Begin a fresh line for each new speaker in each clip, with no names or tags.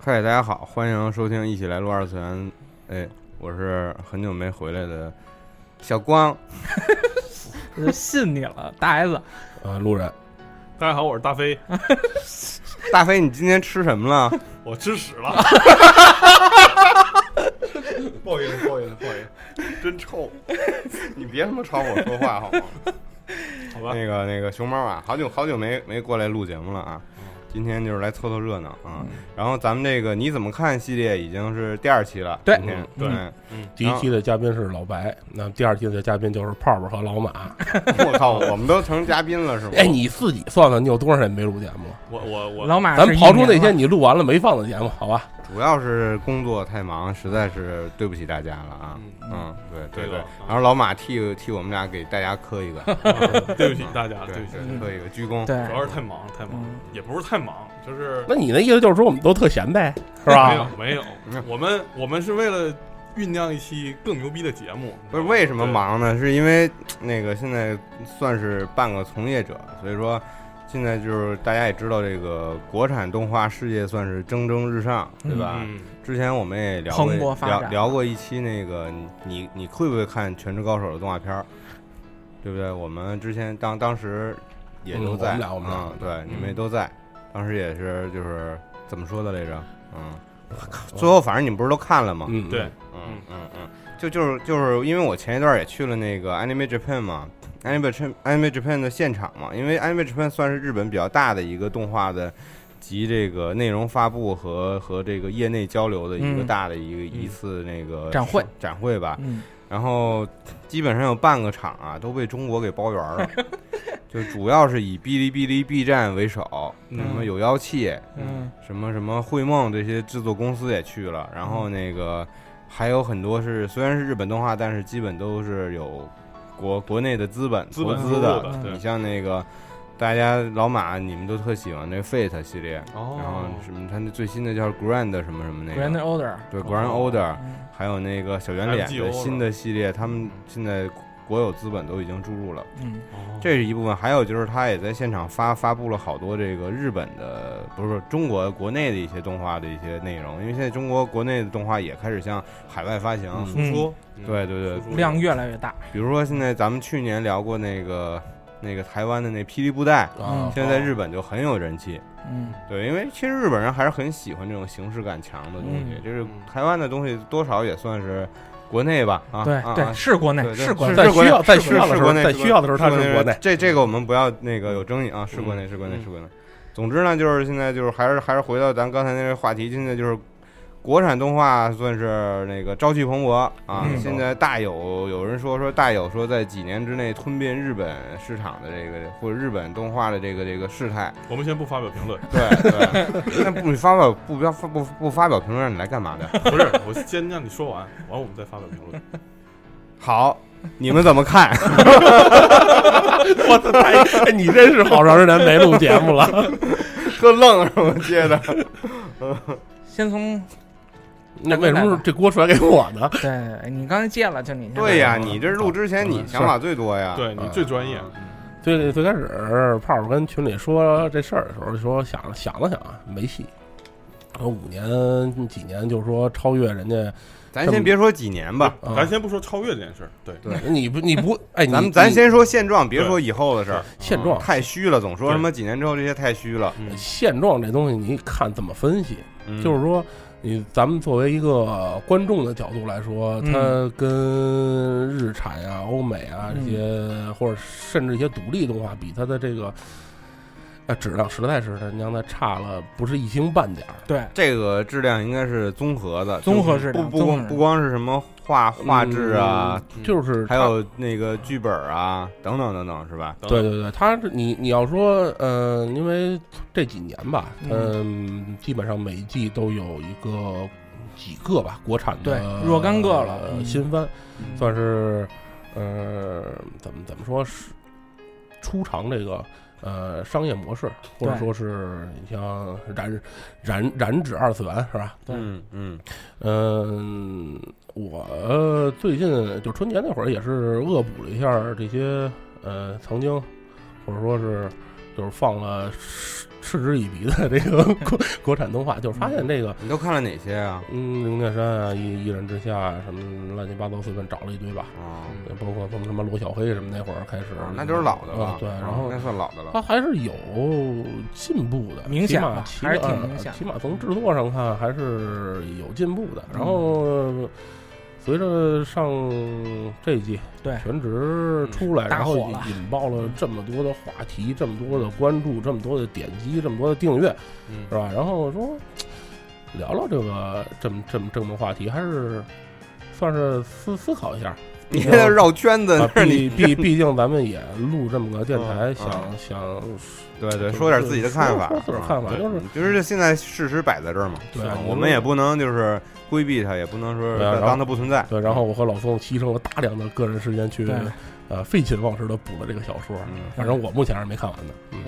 嗨，大家好，欢迎收听《一起来录二次元》。哎，我是很久没回来的小光。
我就 信你了，大 S。
啊，路人，
大家好，我是大飞，
大飞，你今天吃什么了？
我吃屎了，
抱怨抱怨抱怨，真臭！ 你别他妈朝我说话好吗？
好吧，
那个那个熊猫啊，好久好久没没过来录节目了啊，今天就是来凑凑热闹啊。然后咱们这个你怎么看系列已经是第二期了，
对
今天
对
第
啊
一期的嘉宾是老白，那第二期的嘉宾就是泡泡和老
哦
马。
对，我靠，我们都成嘉宾了是吗？
哎，你自己算算，你有多少人没录节目？
我我我
老马
咱
是一
刨出那
年
些
了
你录完了没放的节目，好吧？
主要是工作太忙，实在是对不起大家了啊。嗯，对对
这
对
个啊。
然后老马替替我们俩给大家磕 一个，
对不起大家，
对
对不起，
对，磕一个鞠躬。
对
主要是太忙太忙
嗯，
也不是太忙，就是
那你的意思就是说我们都特闲 呗，是
没有
吧？
没有
没有，
我们我们是为了酝酿一期更牛逼的节目，
不是为什么忙呢？是因为那个现在算是半个从业者，所以说现在就是大家也知道，这个国产动画事业算是蒸蒸日上，对
对？
吧？
嗯，
之前我们也聊过
蓬勃发
聊
展
聊过一期那个你你你会不会看《全职高手》的动画片儿，对不对？我们之前当当时也都在，
嗯我们俩
嗯
我们俩
对，
嗯
你们也都在，当时也是就是怎么说的来着？嗯，最
啊
后反正你们不是都看了吗？
嗯，
对，
嗯嗯嗯，就就是就是因为我前一段也去了那个 Anime Japan 嘛，Anime Japan Anime Japan 的现场嘛，因为 Anime Japan 算是日本比较大的一个动画的及这个内容发布和和这个业内交流的一个
嗯
大的一个、
嗯
一次那个
展会
展会吧，
嗯，
然后基本上有半个场啊都被中国给包圆 了，就主要是以哔哩哔哩 B 站为首，什么
嗯
有妖气，
嗯
什么什么绘梦这些制作公司也去了，然后那个还有很多是虽然是日本动画，但是基本都是有国国内的资本
资
投
本
资
的
的。，嗯
对
你，像那个大家老马，你们都特喜欢那个 Fate 系列，然后
哦，
什么他那最新的叫 Grand 什么什么那
，Grand
个，
Order，
对 Grand Order，
嗯
还有那个小圆脸
MGO
的
了
新的系列，他们现在国有资本都已经注入了。
嗯，
哦
这是一部分，还有就是他也在现场发发布了好多这个日本的，不是中国国内的一些动画的一些内容，因为现在中国国内的动画也开始向海外发行。
输出，嗯
对对对，
输出
量越来越大，
比如说现在咱们去年聊过那个那个台湾的那《霹雳布袋
哦
啊》，，
现在在日本就很有人气。
嗯
对，因为其实日本人还是很喜欢这种形式感强的东西，
嗯
就是台湾的东西多少也算是国内吧。啊，
对
啊
对，
啊
是国
对
内
对
是国内，
在
是国
需
内
要在
是
需要的时
国
候，
内
在
是
需要的时候它是国内。
这这个我们不要那个有争议啊，是国内是国内
嗯
是国内。总之呢，就是现在就是还是还是回到咱刚才那个话题，现在就是国产动画算是那个朝气蓬勃啊，
嗯
现在大有有人说说大有说在几年之内吞并日本市场的这个或者日本动画的这个这个事态，
我们先不发表评论，
对对， 那不你发表不标不不发表评论，你来干嘛的？
不是，我先让你说完，完我们再发表评 论。
好，你们怎么看？
我 操，太你真是好长时间没录节目了。
特愣是吗？接的。
先从
那为什么是这锅甩给我呢？
对你刚才借了，就你先来
对呀，
嗯
你这录之前你
嗯
想法最多呀。
对你最专业，
最最开始泡泡跟群里说这事儿的时候，说想想了想啊，没戏。说五年几年，就是说超越人家，
咱先别说几年吧，
啊
咱先不说超越这件事儿，对，
对
你不你不哎，你
咱们咱
你
先说现状，别说以后的事儿。
现
嗯
状
太虚了，总说什么几年之后这些太虚了。
嗯
现状这东西，你看怎么分析？
嗯
就是说，你咱们作为一个观众的角度来说，
嗯
它跟日产啊、欧美啊这些，或者甚至一些独立动画比，它的这个呃质量实在是他娘的差了，不是一星半点儿。
对，
这个质量应该是综合的，
综合质
不
量
不
综合
光
质量
不光是什么画画质啊，
嗯就是
还
它
有那个剧本啊，等等等等，是吧？
啊
等
对
等，
对对，他是你你要说，呃，因为这几年吧，
嗯
嗯，基本上每一季都有一个几个吧，国产的
对若干个了
呃
嗯
新番，
嗯
算是呃怎么怎么说是出尝这个呃商业模式，或者
对
说是你像染染染指二次元是吧？
对
嗯嗯
嗯，我呃最近就春节那会儿也是恶补了一下这些呃曾经，或者说是就是放了十嗤之以鼻的这个国国产动画，就是发现这个，
你都看了哪些啊？
嗯，龙剑山啊，一一人之下啊，什么乱七八糟随便找了一堆吧，
哦，
对包括什么什么罗小黑什么那会儿开始
哦，那就是老的了嗯哦
啊，对，然后啊
那算老的
它
了。
还是有进步的，
明显吧
起码
还是挺明
起
显嗯
码起码从制作上看还是有进步的。然后随着上这一季
对，嗯
全职出来，
大
然后
火了
引爆了这么多的话题，这么多的关注，这么多的点击，这么多的订阅，
嗯
是吧？然后说聊聊这个这么这么这么话题，还是算是思思考一下。
你这在绕圈子，
啊
那是
毕
你
毕毕竟咱们也录这么个电台，
嗯
想想
对对，
就是
说点自己的看法，
说说自个儿看法
嗯
就是
对就是现在事实摆在这儿嘛。
对
是吧
你
我
说
们也不能就是规避它，也不能说
对啊然后
当它不存在。
对，然后我和老宋牺牲了大量的个人时间去
对，
呃废寝忘食的补了这个小说，
嗯，
反正我目前还没看完呢。嗯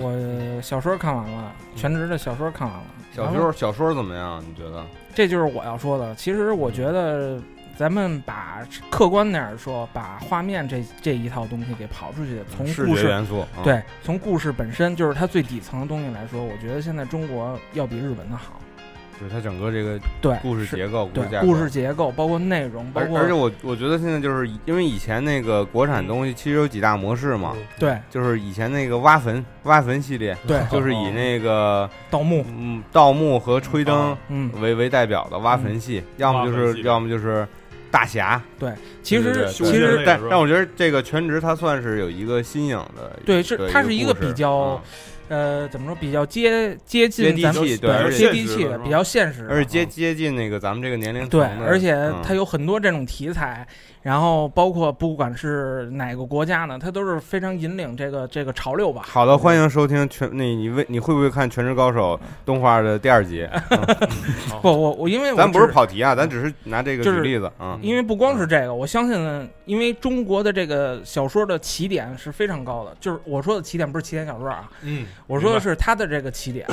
我小说看完了，全职的小说看完了。
小
然后
说小说怎么样？你觉得？
这就是我要说的。其实我觉得，咱们把客观点儿说，把画面这这一套东西给刨出去，从
视
故
觉
事
元素，嗯，
对，从故事本身就是它最底层的东西来说，我觉得现在中国要比日本的好。
就是它整个这个
对，
故事
是
结构、哎故
对
事架构
故事结构，包括内容，包
而
括
而且我我觉得现在就是以因为以前那个国产东西其实有几大模式嘛，
嗯
对
就是以前那个挖坟挖坟系列，
对
就是以那个
盗墓，
嗯盗哦墓和吹灯
嗯，
为为代表的挖坟戏，要么就
挖坟
是
系
要么就是大侠。
其
对对
实
对
其
对
实
对
但
是吧
但我觉得这个全职它算是有一个新颖的，
对是
的
它是一个
故事
比较
嗯
呃怎么说比较接接
接
近
地
咱们
气对而且
对接地
现实
气
的是，吧
比较现实，
而且接接近那个咱们这个年龄层
对
的，
而且
嗯
它有很多这种题材，然后包括不管是哪个国家呢，它都是非常引领这个这个潮流吧。
好的，欢迎收听全那你为你会不会看《全职高手》动画的第二 集？
不，我我因为我
咱不是
只
跑题啊，咱只是拿这个
就
举
是嗯
例子啊。
因为不光是这个，我相信，因为中国的这个小说的起点是非常高的，就是我说的起点不是起点小说啊，
嗯，
我说的是它的这个起点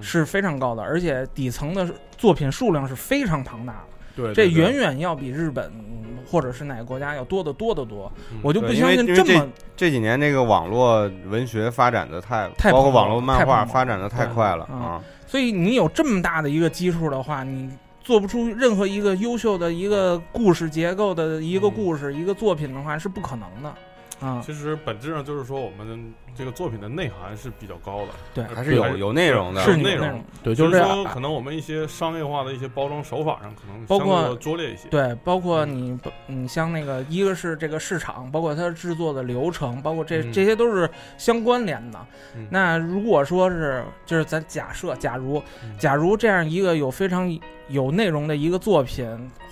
是非常高的，而且底层的作品数量是非常庞大的，
对，
这
对
远远要比日本嗯或者是哪个国家要多得多得多
嗯。
我就
对
不
因为
相信
因为
这么
这几年这个网络文学发展的太，
太
包括
蓬勃
网络漫
太
画
蓬勃
发展的太快了
对嗯
啊！
所以你有这么大的一个基础的话，你做不出任何一个优秀的一个故事结构的一个故事、一个作品的话是不可能的。啊，
其实本质上就是说，我们这个作品的内涵是比较高的，
对
还是有有内容的，
是
内
有
容
那种
对，就
就是
这
说
样。
可能我们一些商业化的一些包装手法上，可能
包括
相对拙劣一些。
对，包括
嗯
你，你像那个，一个是这个市场，包括它制作的流程，包括这
嗯
这些都是相关联的
嗯。
那如果说是，就是咱假设，假如，
嗯
假如这样一个有非常有内容的一个作品，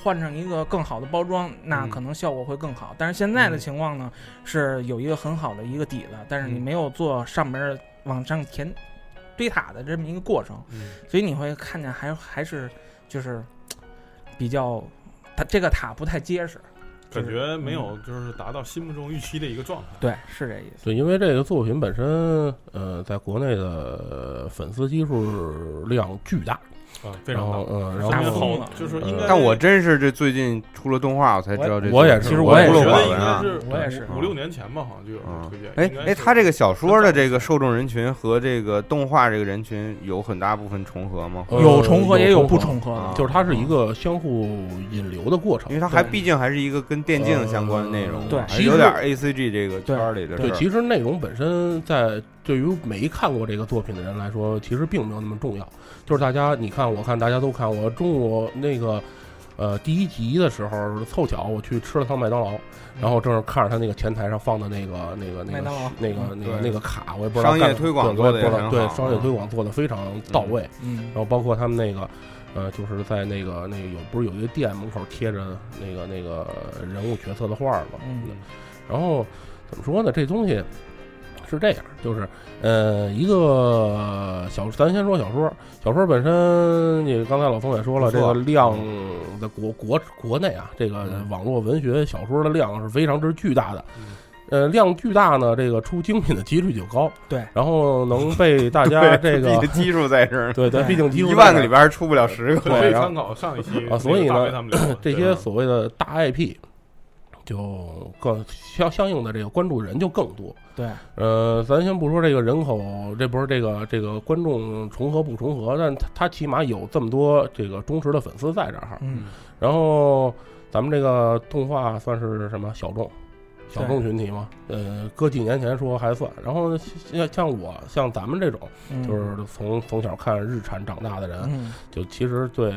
换成一个更好的包装，那
嗯
可能效果会更好。但是现在的情况呢，是有一个很好的一个底子，但是你
嗯
没有做上面儿往上填堆塔的这么一个过程。
嗯，
所以你会看见还还是就是比较，它这个塔不太结实，就
感
是
觉没有就是达到心目中预期的一个状态。
对，是这意思。
对，因为这个作品本身，呃，在国内的粉丝基数量巨大，
啊，非
然
常
后
大。
呃，然
身边
大
后
风
好
了，
就是
嗯
应该。
但我真是这最近出了动画，我才知道这
我也
作品
是
其实
我也
觉
孤陋
是
得
寡
应
闻
该
啊。
是
我也是
五六年前吧，好像就有人
嗯
推荐。
哎
应该
哎，
是
他这个小说的这个受众人群和这个动画这个人群有很大部分重合吗？
呃
有重合也有不
重
重合
啊
的，
就是它是一个相互引流的过程
因为。它还
对
毕竟还是一个跟电竞相关的内容，
呃
对
还有点 A C G 这个圈儿里的事
对，
儿。
其实内容本身在对于没看过这个作品的人来说，其实并没有那么重要。就是大家，你看，我看，大家都看。我中午那个，呃，第一集的时候，凑巧我去吃了趟麦当劳，然后正是看着他那个前台上放的那个、那个、那
麦
个
当劳、
那个、那个、
对
那个卡，我也不知道干
商业推广
对
做得也
我也不
很
知道
好
对商业推广做的非常到位。
嗯
然，后包括他们那个，呃，就是在那个那个有不是有一个店门口贴着那个那个人物角色的画儿吗？
嗯
然后怎么说呢？这东西是这样，就是呃，一个小，咱先说小说。小说本身，你刚才老冯也说了，
不
这
错
个量在国国国内啊，这个
嗯
网络文学小说的量是非常之巨大的
嗯。
呃，量巨大呢，这个出精品的几率就高。
对，
然后能被大家
对
这个
这，基数在这儿呢，
对对，
对
毕竟基数
一
在
万
这
个
儿
里边儿出不了十个。
可以
然后
参考上一期
啊所以呢
那个大卫他们聊的
这
对
些所谓的大 IP，就更相相应的这个关注人就更多。
对，
呃，咱先不说这个人口，这不是这个这个观众重合不重合，但他他起码有这么多这个忠实的粉丝在这儿。
嗯，
然后咱们这个动画算是什么小众，小众群体嘛？呃，搁几年前说还算，然后像像我像咱们这种，
嗯
就是从从小看日产长大的人，
嗯，
就其实对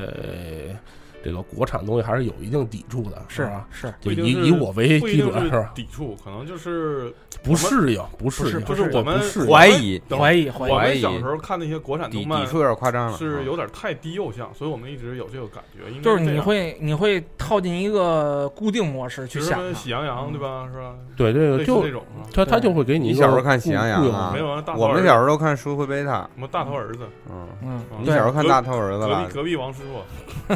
这个国产东西还是有一定抵触的，
是
吧？
是，
就
不一定
以
是
以我为
不
基
一定
准
是
是吧？
抵触，可能就是
不适应，不适
是
应，
不
就是是我们
不是
怀疑
等
怀疑
我
怀疑，
怀
们
疑
小时候看那些国产
抵
动
抵
漫
触有点夸张了，
是
嗯
有点太低幼向，所以我们一直有这个感觉。因为
就是
这
你
样，
会你会套进一个固定模式
比
去
如
想啊
说
它，
喜羊羊对吧？是吧？
对这
类
个
似
就
这种是吧
他他
对
就会给你
你
一个
小时候看
固
喜羊羊
固有
啊
的
没有啊大头
我
儿
们
子
小时候看《叔父贝塔》，
什么大头儿子，啊
嗯，
嗯，
你
对
小时候看《大头儿子》
隔壁
了，
隔壁王师傅，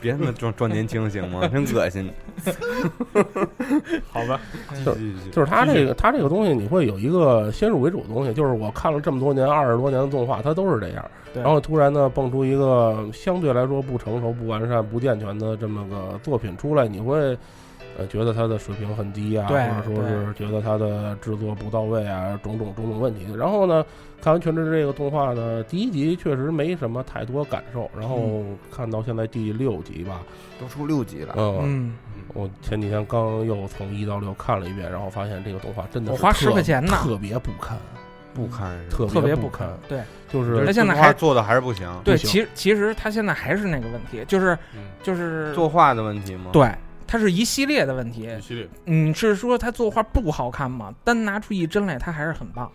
别他妈装装年轻行吗？真恶 心！
好吧，
继续继续
就是它这个它这个东西，你会有一个先入为主的东西，就是我看了这么多年二十多年的动画，它都是这样，
对
然后突然呢蹦出一个相对来说不成熟、不完善、不健全的这么个作品出来，你会。呃，觉得它的水平很低啊，
对
或者说是觉得它的制作不到位啊，种种种种问题。然后呢，看完《全职》这个动画呢，第一集确实没什么太多感受，然后看到现在第六集吧，
都出六集了，
嗯，
嗯，
我前几天刚又从一到六看了一遍，然后发现这个动画真的
我
是
花十
特
块钱呢
特别不堪，
不堪是吧
特
特别
不
堪，对
就是
而且呢
动画
还
做的还是不行，
对，
行
其实其实它现在还是那个问题，就是
嗯，
就是
作画的问题吗？，
对。它是一系列的问题
一，系列
你嗯是说它作画不好看吗？单拿出一帧来，它还是很棒。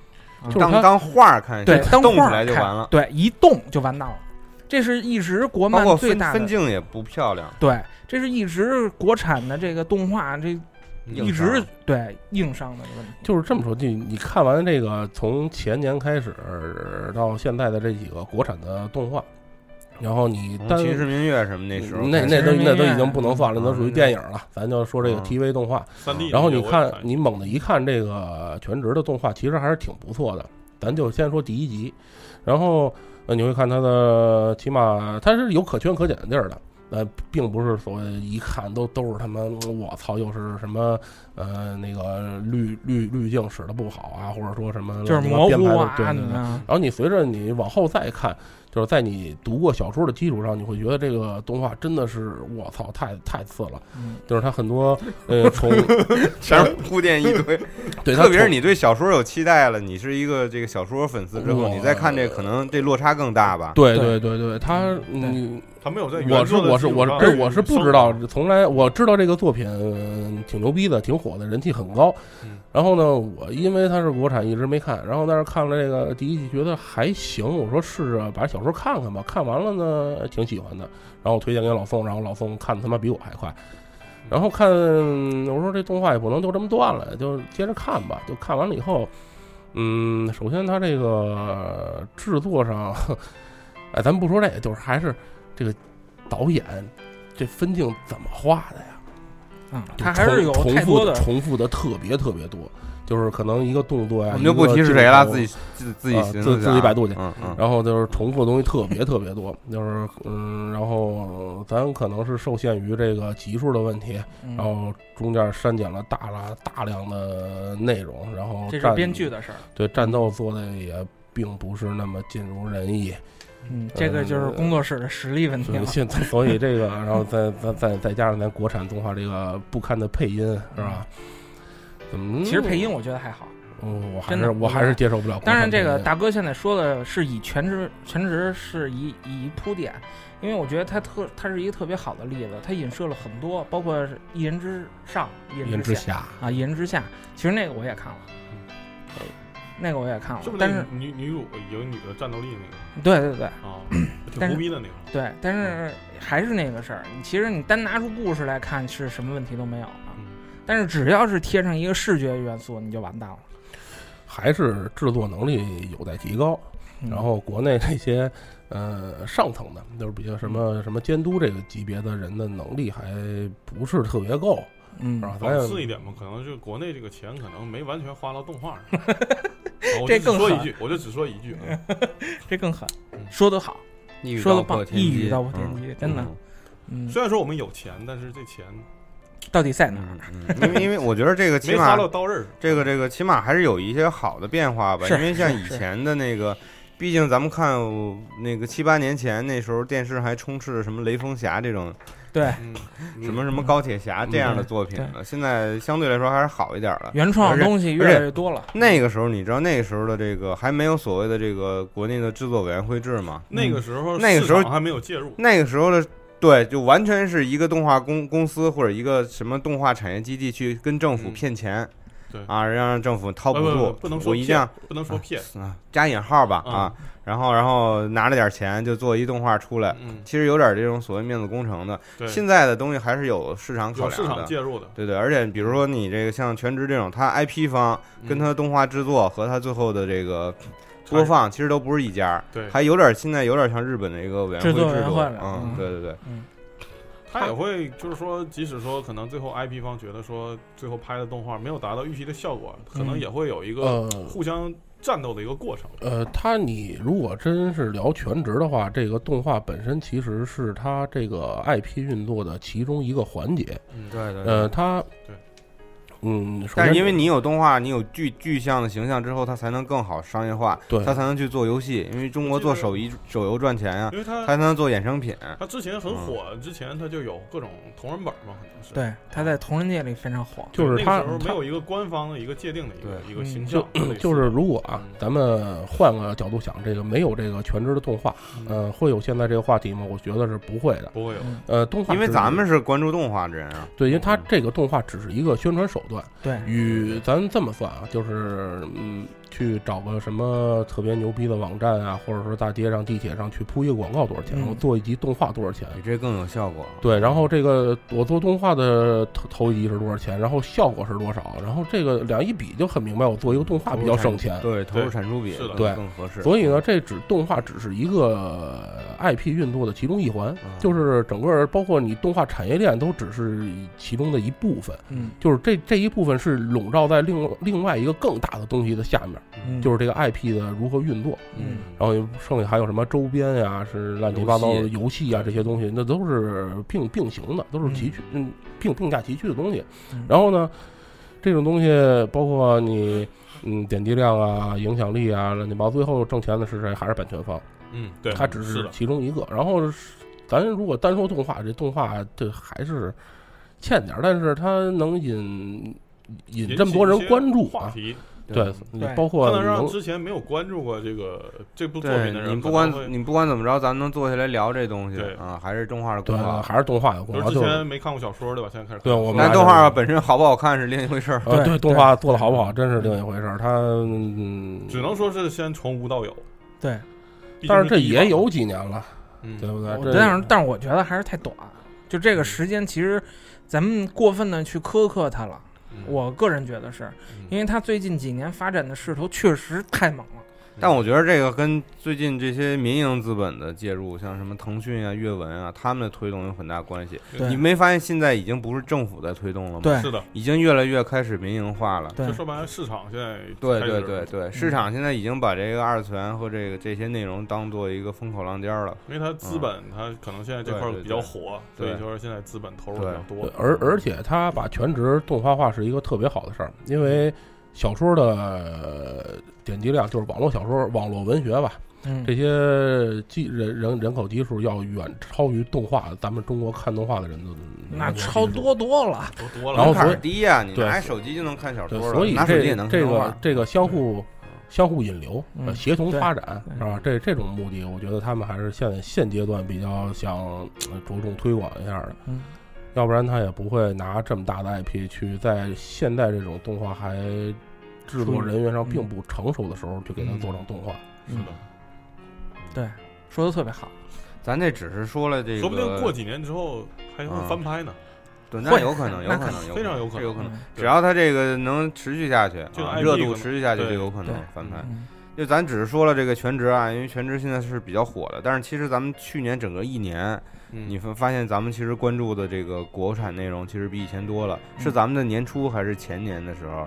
就是
当
它
当画儿看，
对，当
哎动起
画儿
来就
看
完了。
对，一动就完蛋了。这是一直国
包括
漫最
分
大
分
的，
镜也不漂亮，
对，这是一直国产的这个动画这一
硬伤
直对硬伤的一个问题。
就是这么说，你你看完这个从前年开始到现在的这几个国产的动画，然后你
从
单
《骑士明月》什么嗯那时候
那
开始
那都那都已经不
嗯
能算了，那属于
嗯
电影了。咱就说这个
嗯
TV 动画，
三 D，
然后你看你猛的一看这个全职的动画，其实还是挺不错的。咱就先说第一集，然后呃你会看它的，起码它是有可圈可点的地儿的。呃，并不是所谓一看都都是他妈我操，又是什么呃那个滤滤滤镜使的不好啊，或者说什么
就是
乱七八
模
编排
糊
的
啊，
对对对
你啊
然后你随着你往后再看，就是在你读过小说的基础上，你会觉得这个动画真的是我操，太太次了。
嗯
就是它很多呃从
全是铺垫一堆，
对，它
特别是
从
你对小说有期待了，你是一个这个小说粉丝之后，
我
你再看这可能这落差更大吧？
对
对
对对对，他嗯你
他没有在
我是
原作的啊
我是
基础
我是
上
对我是不知道
生，
从来我知道这个作品呃挺牛逼的，挺火的，人气很高
嗯。
然后呢，我因为它是国产，一直没看。然后但是看了这个第一季，觉得还行。我说试着把小说看看吧。看完了呢，挺喜欢的。然后推荐给老宋，然后老宋看得他妈比我还快。
嗯
然后看我说这动画也不能就这么断了，就接着看吧。就看完了以后，嗯，首先它这个制作上， 哎，咱不说这个，就是还是这个导演这分镜怎么画的呀？
嗯，
就
它还是有
重重
太
复
多的
重复的特别特别多，就是可能一个动作呀，
我们就
一
不
个
提是
镜
谁了，
嗯
头
自己自自己
啊
寻
自
思
自己百度去
嗯嗯，
然后就是重复的东西特别特别多， 就是嗯，然后咱可能是受限于这个集数的问题，
嗯
然后中间删减了大拉大量的内容，然后
这是
战
编剧的事儿。
对战斗做的也并不是那么尽如人意，
嗯，这个就是工作室的实力问题
所
了
以。 现在所以这个，然后再再再再加上咱国产动画这个不堪的配音是吧？怎么？
其实配音我觉得还好，
嗯，我还
真
是
的
我还是接受不了国产配音。
当然这个大哥现在说的是以全职全职是以以铺垫，因为我觉得他特他是一个特别好的例子，他影射了很多，包括是一人之上、一
一人
人
之
之下
下，
啊、一人之下。其实那个我也看了，哎那个我也看了
是不，
但
那个女女主有女的战斗力那个
对对对。
啊，
但
挺
是
牛逼的那个。
对，但是还是那个事儿，你其实你单拿出故事来看是什么问题都没有啊
嗯，
但是只要是贴上一个视觉元素，你就完蛋了。
还是制作能力有待提高。
嗯
然后国内这些呃上层的，就是比较什
嗯
么什么监督这个级别的人的能力还不是特别够，
嗯
是，吧？咱
讽刺
也
一点嘛，可能是国内这个钱可能没完全花到动画上。啊我
这
就只
更
说
狠
一句，我就只说一句啊，
这更狠，
嗯
说得好，
一语
说得
道破
棒
天
一语
机
道破
嗯
天机真的
嗯
嗯，
虽然说我们有钱，但是这钱
到底在哪儿？
嗯，嗯因为因为我觉得这个起
没花
码
到刀刃上。
这个这个起码还是有一些好的变化吧，
是
因为像
是
以
是
前的那个，毕竟咱们看那个七八年前那时候电视还充斥着什么雷锋侠这种
对，
嗯，
什么什么高铁侠这样的作品呢，现在相对来说还是好一点了。
原创
而且
的东西越
而且
来越多了。
那个时候你知道那个时候的这个还没有所谓的这个国内的制作委员会制吗？
那个时候
嗯那个时候
市场还没有介入，
那个时候的对，就完全是一个动画公公司或者一个什么动画产业基地去跟政府
嗯
骗钱，
对
啊，让政府掏
不
补
不
助
呃不，不能说
我一定
骗，不能说骗
啊，加引号吧
啊
啊，然后然后拿着点钱就做一动画出来，
嗯，
其实有点这种所谓面子工程的。
对，
现在的东西还是有市场考
有市
量
场
的，
介入的，
对对，而且比如说你这个像全职这种，它 IP 方
嗯
跟它动画制作和它最后的这个播放其实都不是一家，
对，
还有点现在有点像日本的一个委员会
制
制
作委员
度
会了，
嗯，
嗯
对对对，
他也会就是说，即使说可能最后 IP 方觉得说最后拍的动画没有达到预期的效果，可能
嗯
也会有一个
呃
互相战斗的一个过程。
呃，他你如果真是聊全职的话，这个动画本身其实是他这个 IP 运作的其中一个环节。
嗯，
对对
呃，。他
对，
嗯，首
但是
先
因为你有动画，你有具具象的形象之后，它才能更好商业化，
对
它才能去做游戏。因为中国做手艺手游赚钱呀、啊
因为他
才能做衍生品。
他之前
嗯
很火，之前他就有各种同人本嘛，可能是。
对，他在同人界里非常火。
就是
那
他
个时候没有一个官方的一个界定的一个
对
一个形
嗯
象，类似
就是如果啊
嗯，
咱们换个角度想，这个没有这个全职的动画，
嗯
呃，会有现在这个话题吗？我觉得是不会的。
不会有
嗯，
呃，动画
因为
只是
咱们是关注动画的人啊，
对，因为它这个动画只是一个宣传手段，
对，
与咱这么算啊，就是嗯，去找个什么特别牛逼的网站啊，或者说大街上、地铁上去铺一个广告多少钱，
嗯
我做一集动画多少钱。
比这更有效果。
对，然后这个我做动画的头头一集是多少钱，然后效果是多少，然后这个两一比就很明白，我做一个动画比较省钱。
对，投入产出比
是的
更合适。嗯
所以呢，，这只动画只是一个呃 IP 运作的其中一环
啊，
就是整个包括你动画产业链都只是其中的一部分，
嗯
就是这这一部分是笼罩在另另外一个更大的东西的下面，
嗯，
就是这个 IP 的如何运作，
嗯
然后剩下还有什么周边呀、是乱七八糟
游
的
戏
游戏啊这些东西，那都是并并行的，都是齐驱，嗯，并并驾齐驱的东西。
嗯
然后呢，这种东西包括你，嗯，点击量啊、影响力啊，乱七八糟，最后挣钱的是谁？还是版权方，
嗯，对，
它只
是
是
的，
其中一个。然后是，咱如果单说动画，这动画这还是欠点儿，但是它能引引
引
这么多
起一
人
些
关注
话
啊，
题，
对，
嗯
你
对
包
它
括
能让
能
之前没有关注过这个这部作
对
品的人，
你
可
不管
能会
你不管怎么着，咱能坐下来聊这东西
对
啊，还是动画的
对
功劳。
还是动画有功
就
劳，
是之
就
前没看过小说对吧？现在开始看
对我们
但
俩
动
就
画
是
本身好不好看是另一回事儿。
呃，
对
对，动
对
画做的好不好，真是另一回事儿。它，嗯，
只能说是先从无到有，
对，
毕竟
但是这
第一
也
版
有几年了，
嗯
对不对？
我
这
但是但是我觉得还是太短，就这个时间，其实咱们过分的去苛刻它了。
嗯
我个人觉得是
嗯
因为它最近几年发展的势头确实太猛了。
但我觉得这个跟最近这些民营资本的介入，像什么腾讯啊、阅文啊，他们的推动有很大关系。
对
你没发现现在已经不是政府在推动了吗？
对
是的，
已经越来越开始民营化了。
对
就，说白了，市场现在
对
开始
对对，对，市场现在已经把这个二次元和这个这些内容当做一个风口浪尖儿了。
因为它资本它可能现在这块儿比较火，
嗯对对
所
对
以就是现在资本投入比较
对
多，
而而且它把全职动画化是一个特别好的事儿，因为小说的点击量就是网络小说、网络文学吧，
嗯，
这些基人人人口基数要远超于动画，咱们中国看动画的人的
那
人口基数
超多多了。
都多了。
然后
门槛
所
儿
以
低呀、你
对
拿手机就能看小说
对，
了，
所以
拿手机也
这
能看
这
动画
个这个相互相互引流、呃
嗯
协同
对
发展
对
是吧？这这种目的，我觉得他们还是现现阶段比较想呃着重推广一下的，
嗯，
要不然他也不会拿这么大的 IP 去在现在这种动画还制作人员上
嗯
并不成熟的时候，就给它做成动画。
是的，
对，说的特别好。
咱这只是说了这个，嗯
说不定过几年之后还会翻拍呢。
对，那
会
有可能，有
那
可
可
能，有
非常
有
有可能
有可能。
嗯
只要它这个能持续下去，
就
啊
IP
热
可
度
能
持续下去，
对
就有可能
对
翻拍。
嗯
就咱只是说了这个全职啊，因为全职现在是比较火的，但是其实咱们去年整个一年，
嗯
你发发现咱们其实关注的这个国产内容其实比以前多了，是
嗯
咱们的年初还是前年的时候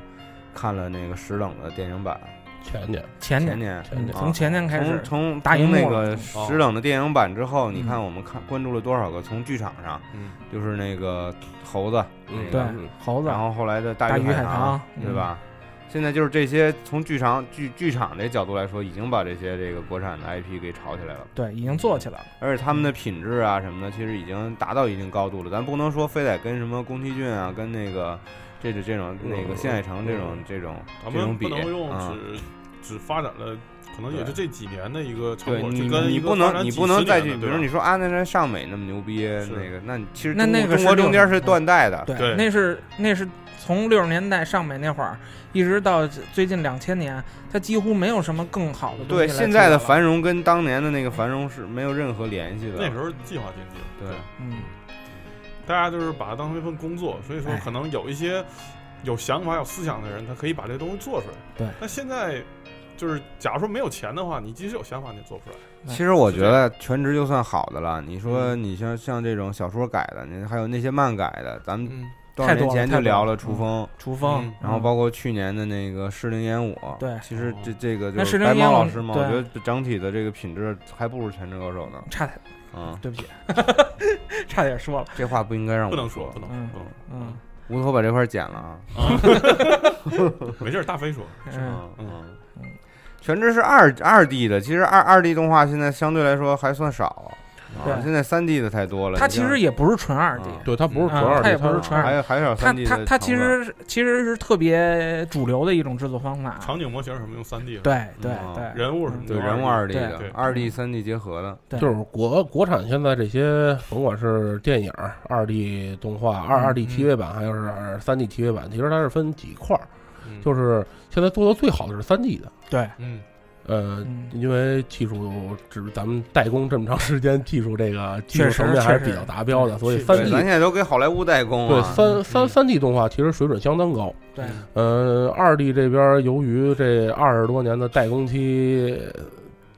看了那个石冷的电影版，
前年，
前
前
年
年
嗯
前年
从前年开
从
始，
从
大荧
从
幕
那
了哦嗯
个石冷的电影版之后，你看我们看关注了多少个？从剧场上
嗯，
就是那个猴子，
嗯，
对
嗯
猴子
然后后来的大
大
鱼
鱼
棠，
海棠
对吧？现在就是这些，从剧场剧剧场这角度来说，已经把这些这个国产的 IP 给炒起来了，
嗯对已经做起来了，
而且他们的品质啊什么的，其实已经达到一定高度了。咱不能说非得跟什么宫崎骏啊，跟那个这这这种那
嗯
个新海诚这种这种
咱
这种
们
比
不能用
啊
只只发展了，可能
对
也就这几年的一个成
对
果，
你
就跟
你
一个
不
发
能
展
你
几
不
十
能再
年
去，
的
比
对
如你
吧
说啊，那那上美那么牛逼，那个那你其实
那
中
那
国
个
中
是
国
六
中间
十
是
年代嗯
断代的，
对
那是那是从六十年代上美那会儿，一直到最近两千年，它几乎没有什么更好的东
对
西来
现
出
在
来
的
了
繁荣跟当年的那个繁荣是没有任何联系的。
那时候计划经济，
对
嗯
大家就是把它当成一份工作，所以说
哎
可能有一些有想法、有思想的人，他可以把这东西做出来。
对，
但现在就是，假如说没有钱的话，你即使有想法，你也做不出来。
哎
其实我
是
觉
这
得全职就算好的了。你说
嗯
你像像这种小说改的，你还有那些漫改的，咱们
嗯，
多少
太
年
多了
前
太
就
多
聊
了
了《楚
嗯
风
厨房
嗯，
然后包括去年的那个《适龄演武》，
对
其实这
哦
这个
那
就是
适龄
白
演
猫老
武
师嘛，我觉
对
得整体的这个品质还不如《全职高手》呢。
差点
嗯，
对不起，差点说了，
这话不应该让
不
我
能说，不能
嗯
说，
嗯
无头把这块儿剪了啊。
不 能说，没事儿，大飞说，
嗯，
嗯
嗯，
全职是二二 D 的，其实二二 D 动画现在相对来说还算少，啊
对，
现在三 D 的太多了。
它
你
其
像
实也不是纯二 D，
嗯
对，它不是主
啊
要，
它也不是纯
它
二
还有还有点
它
三 D
它
的
它
成
其
分
实是其实是特别主流的一种制作方法，
场景模型什么用三 D，
对对
嗯
对，
人物什么
啊对嗯
用
人物
2D
二 D
对
的
对
二 D 三 D 结合的，
就是国国产现在这些，甭管是电影、二 D 动画、二二 D
嗯
TV 版，还有是三 D TV 版，其实它是分几块儿。
嗯
就是现在做的最好的是三 D 的，
对，
嗯，
呃，
嗯，
因为技术只咱们代工这么长时间，技术这个技术
确实
层面还是
确实
比较达标的，所以
是
三
对
D
咱现在都给好莱坞代工啊
对
了。
三
嗯
三三 D 动画其实水准相当高。
对
嗯
呃，二 D 这边由于这二十多年的代工期，呃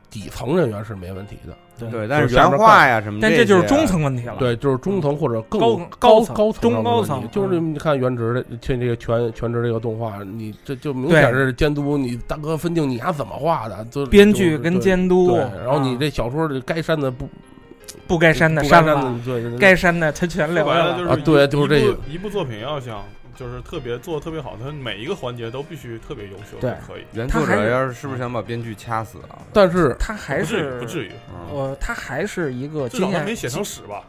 底层人员是没问题的。
对，但是
就是下
原
边
画呀什么，
但
这
这就是
些啊
中。层问题了，嗯
对，就是中层或者更
高
高
高层
高层
中
上的
高
问题
层
就是
嗯
你看原职的，这这个全全职这个动画，你这就明显
对
是监督你大哥分镜，你还怎么画的？就
编剧跟
对
监督，
对，然后你
啊
这小说里该删的不
不该删的
不该
删
删
了，
的，对对对，
该删的它全
嗯说
留
白
下
了
了，
就是
啊
一
对就是这
一部一部作品要想就是特别做的特别好，它每一个环节都必须特别优秀，
对
可以，
原
他
作
还
者
是
要是是不是想把编剧掐死啊？
但是
它还
不至于
是
不至于，
嗯
呃，它还是一个
至
经
少他没
验，
写成屎吧？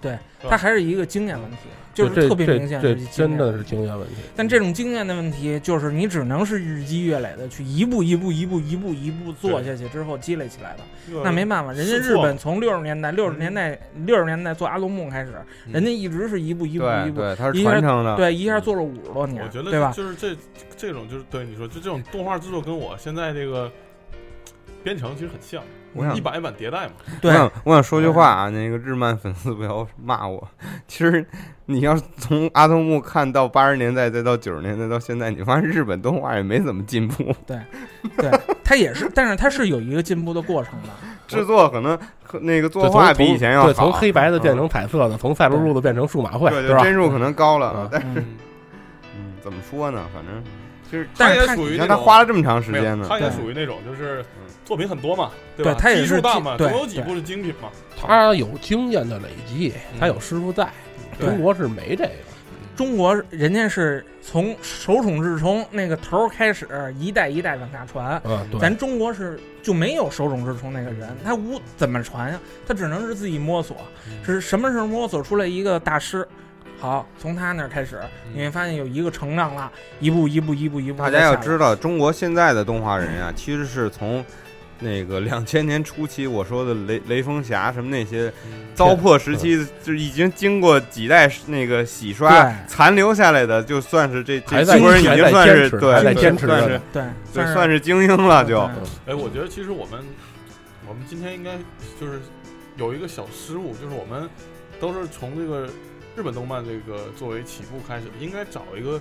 它还是一个经验问题，就
这
是特别
这
明显
这
是经验
真的是经验问题。嗯
但这种经验的问题，就是你只能是日积月累的去一步一步、一步一步、一步做下去之后积累起来的。那没办法，人家
试
日
错
本从六十年代、六十年代、六十年代做阿童木开始，
嗯
人家一直是一步一步一
对
步，
对，它是
一个
传承的。
对，一下做了五十多
我
年，
觉得
啊对吧？
就是这这种就是对你说，就这种动画制作跟我现在这个编程其实很像，
嗯
我想
一版一版迭代嘛。
我
对，
嗯
想我想说句话啊，那个日漫粉丝不要骂我。其实你要是从阿童木看到八十年代，再到九十年代，到现在，你发现日本动画也没怎么进步，
它也是，但是它是有一个进步的过程 的。
制作可能和那个
对
作画
从
比以前要好，
对，从黑白的变
嗯
成彩色的，从赛璐璐的变成数码会，
对
是
对，
吧？
帧数可能高了
嗯，
但
嗯，
嗯，怎么说呢？反正就是
但是
也
它
属于
你
那
看
种
他花了这么长时
没有
间呢，
它也
对
属于那种就是
嗯
作品很多嘛，吧？
对它也
基数
是
大
基
嘛，总
对
有几
对
部是精品嘛。
他有经验的累积，
嗯
他有师傅在。
对
中国是没这个，
中国人家是从首宠治虫那个头儿开始，一代一代往下传。
嗯，对，
咱中国是就没有手冢治虫那个人，他无怎么传呀？他只能是自己摸索，
嗯
是什么时候摸索出来一个大师？好，从他那儿开始，
嗯
你会发现有一个成长了，一步一步一步一步。
大家要知，道，中国现在的动画人呀，其实是从那个两千年初期我说的雷雷锋侠什么那些
嗯
糟粕时期，就已经经过几代那个洗刷
对
残留下来的，就算是这这
还在
中国人已经算是
还在坚持
对
还
在
对
坚持嗯
算
着
是
对，
对
是
算是精英了就。
对
哎，我觉得其实我们我们今天应该就是有一个小失误，就是我们都是从这个日本动漫这个作为起步开始，应该找一个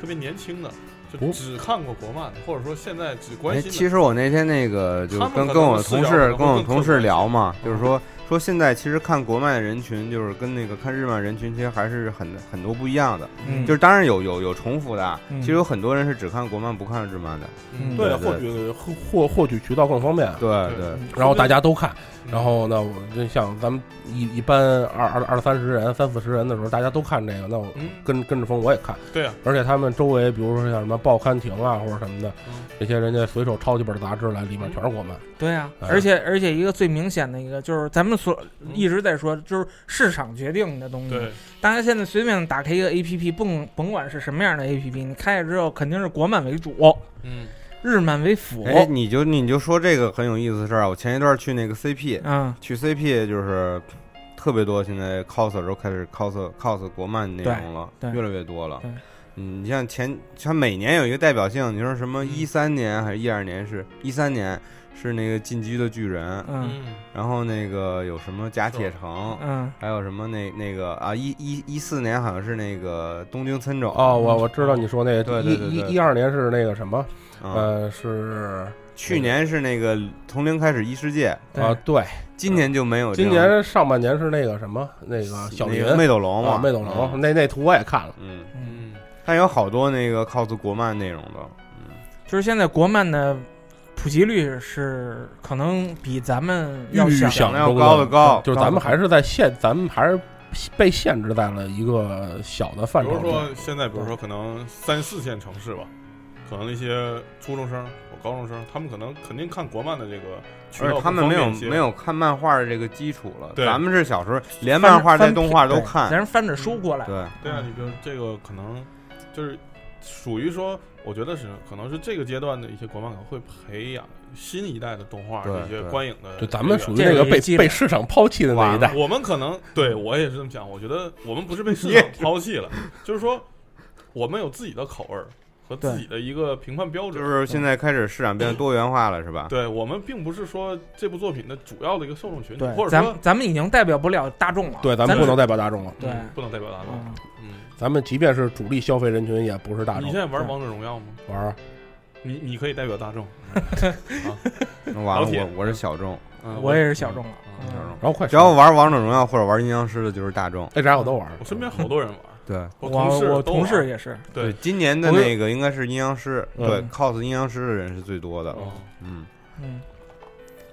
特别年轻的，就
不
只看过国漫的，或者说现在只
哎
关心
其实我那天那个就
他们
跟
可能
跟我
的视
同
角可
事
能
跟我
更
同
客
事
观
聊
一些
嘛，就是
嗯
说说现在其实看国漫的人群，就是跟那个看日漫人群其实还是很很多不一样的。
嗯，
就是当然有有有重复的啊，
嗯
其实有很多人是只看国漫不看日漫的。
嗯
对，
对
获取获获获取渠道更方便。
对
对
对，
然后大家都看，
嗯
然后呢，我就像咱们一一般二二二三十人、三四十人的时候，大家都看这个，那我
嗯
跟跟着风我也看，
对啊，
而且他们周围，比如说像什么报刊亭啊或者什么的
嗯，
这些人家随手抄几本杂志来，里面全是国漫。
对啊，
哎
而且而且一个最明显的一个就是咱们所
嗯
一直在说，就是市场决定的东西。
对，
大家现在随便打开一个 A P P，甭甭管是什么样的 A P P，你开了之后肯定是国漫为主，
嗯
日漫为辅。
哎，你就你就说这个很有意思的事儿啊，我前一段去那个 CP，
嗯，
去 CP 就是特别多，现在 cos 都开始 cos cos 国漫内容了，
对对
越来越多了
对。
嗯，你像前，它每年有一个代表性，你说什么
嗯
一三年还是一二年是？一三年是那个《进击的巨人》，
嗯
嗯
然后那个有什么甲铁城，
嗯
还有什么那那个啊一一一四年好像是那个东京参种
哦，我我知道你说那
嗯对
个
对
一
对对
一一二年是那个什么，
嗯
呃，是
去年是那个从零开始异世界，
对
啊，对，
今年就没有这
今
种。
年上半年是那个什么，那个小林
那个
啊，
魅斗龙嘛，
魅斗
嗯
龙，那那图我也看了。
嗯，
嗯，
嗯，
但有好多那个 cos 国漫内容的，
就是现在国漫的普及率是可能比咱们要
预
小。
想
的要
中
高的高，
就是咱们还是在限，咱们还是被限制在了一个小的
比
范畴
如
内。
说现在，比如说可能三四线城市吧，可能那些初中生、高中生，他们可能肯定看国漫的这个渠
而
道
且
更
他们没有
方便一些
没有看漫画的这个基础了。
对
咱们是小时候连漫画带动画都看，
咱是翻着书过来。
对，
对啊，你比如这个可能就是属于说，我觉得是可能是这个阶段的一些国漫可能会培养新一代的动画
对
的一些
对
观影的，
就咱们属于
这
那
个
个
也
被
记得
被市场抛弃的那一代，
我们可能对我也是这么想，我觉得我们不是被市
你也
场抛弃了，就是说我们有自己的口味儿和自
对
己的一个评判标
就
准。
是现在开始市场变得多元化了，是吧？
对我们并不是说这部作品的主要的一个受众群体，嗯
对，
或者
咱
说
们咱们已经代表不了大众了。
对，咱们
咱
不能代表大众了。
对
嗯不能代表大众。
嗯
嗯，
咱们即便是主力消费人群，也不是大
你
众
现。在玩王者荣耀吗？
玩儿
你你可以代表大众，
那完
老
了，
铁
我我是小众，
嗯，
我也是小众了。
嗯
小众
嗯
然后快手，
只要玩王者荣耀或者玩阴阳师的就是大众。
那啥我都玩儿
我。身边好多人玩，
对
我
同事
我
都
同
玩
事也是，
对
今年的
我有
那个应该是阴阳师，
嗯
对 cos 阴阳师的人是最多的。
哦
嗯，
嗯，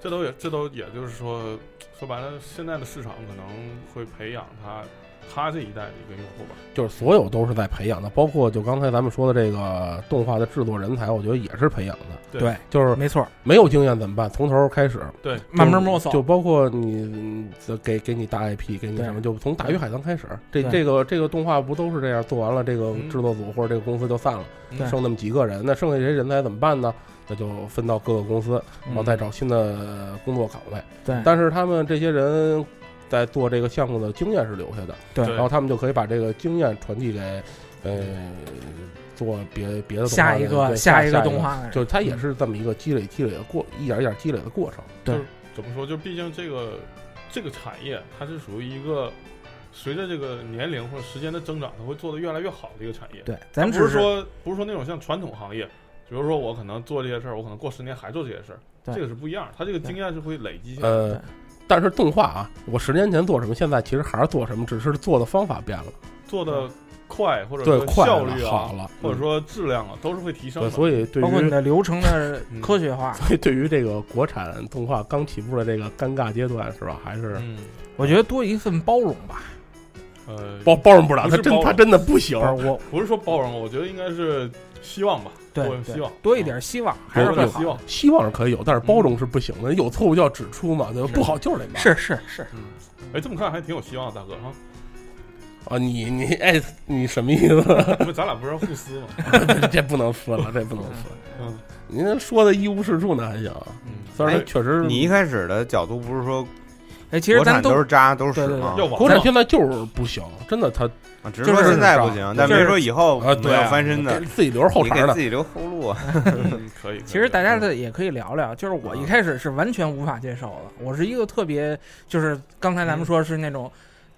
这都也这都也就是说，说白了，现在的市场可能会培养他他这一代的一个用户吧。
就是所有都是在培养的，包括就刚才咱们说的这个动画的制作人才，我觉得也是培养的。
对
对，
就是
没错，
没有经验怎么办？从头开始，
对，
慢慢
就
摸索。
就包括你嗯给给你大 IP，给你
对
什么，就从《大鱼海棠》开始。这
对
这个这个动画不都是这样？做完了，这个
嗯
制作组或者这个公司就散了，
嗯对
剩那么几个人，那剩下这些人才怎么办呢？那就分到各个公司，然后再找新的工作岗位。
嗯对
但是他们这些人在做这个项目的经验是留下的，
对
然后他们就可以把这个经验传递给呃做别别的动画
下一
人
个
对下
一
个
个动，画的人嗯
就是它也是这么一个积累积累的过一点一点积累的过程。
怎么说？就毕竟这个这个产业，它是属于一个随着这个年龄或者时间的增长，它会做得越来越好的一个产业。
对，咱们
不
只
是说不是说那种像传统行业，比如说我可能做这些事儿，我可能过十年还做这些事儿，
对
这个是不一样。它这个经验是会累积下来的。
呃
对，
但是动画啊，我十年前做什么，现在其实还是做什么，只是做的方法变了，
做的快或者
对
说，
快
效
了，
率
好
啊，
了，嗯
或者说质量啊，都是会提升
对，
的。
所以对
包括你
于。
的流程的
嗯
科学化，
所以 对于这个国产动画刚起步的这个尴尬阶段，是吧？还是
嗯，
我觉得多一份包容吧。
呃，
包包容不了，他
不是包
真
容
他真的不行
不。
嗯
是我，
不是说包容，我觉得应该是希望吧，
对
多有
对
希望，嗯
多一点希望还是
多
会
有
好
希。望。
希望是可以有，但是包容是不行的。有错误就要指出嘛，对吧？
嗯是
不好就是得骂。
是是是，
哎，这么看还挺有希望，大哥 哈。
啊，你你哎，你什么意 思？
不，咱俩不是互撕吗？
这不能撕了，这不能撕。
嗯
您说的一无是处呢，还行。
嗯，
虽然
哎
它确实，
你一开始的角度不是说
哎，其实
国
咱
产都
都
是渣都是
对
屎
对对
吗？
要往
国产
上
现在就是不行，真的他
啊只是
就是
说现在
是
不
吧
行，但
就是
没说以后
啊，
没
对
有
啊，
翻身的
给，自己留着后
你
茬
给
呢
自。己留后路啊。
嗯可以。可以
其实大家的也可以聊聊，就是我一开始是完全无法接受的，我是一个特别，就是刚才咱们说是那种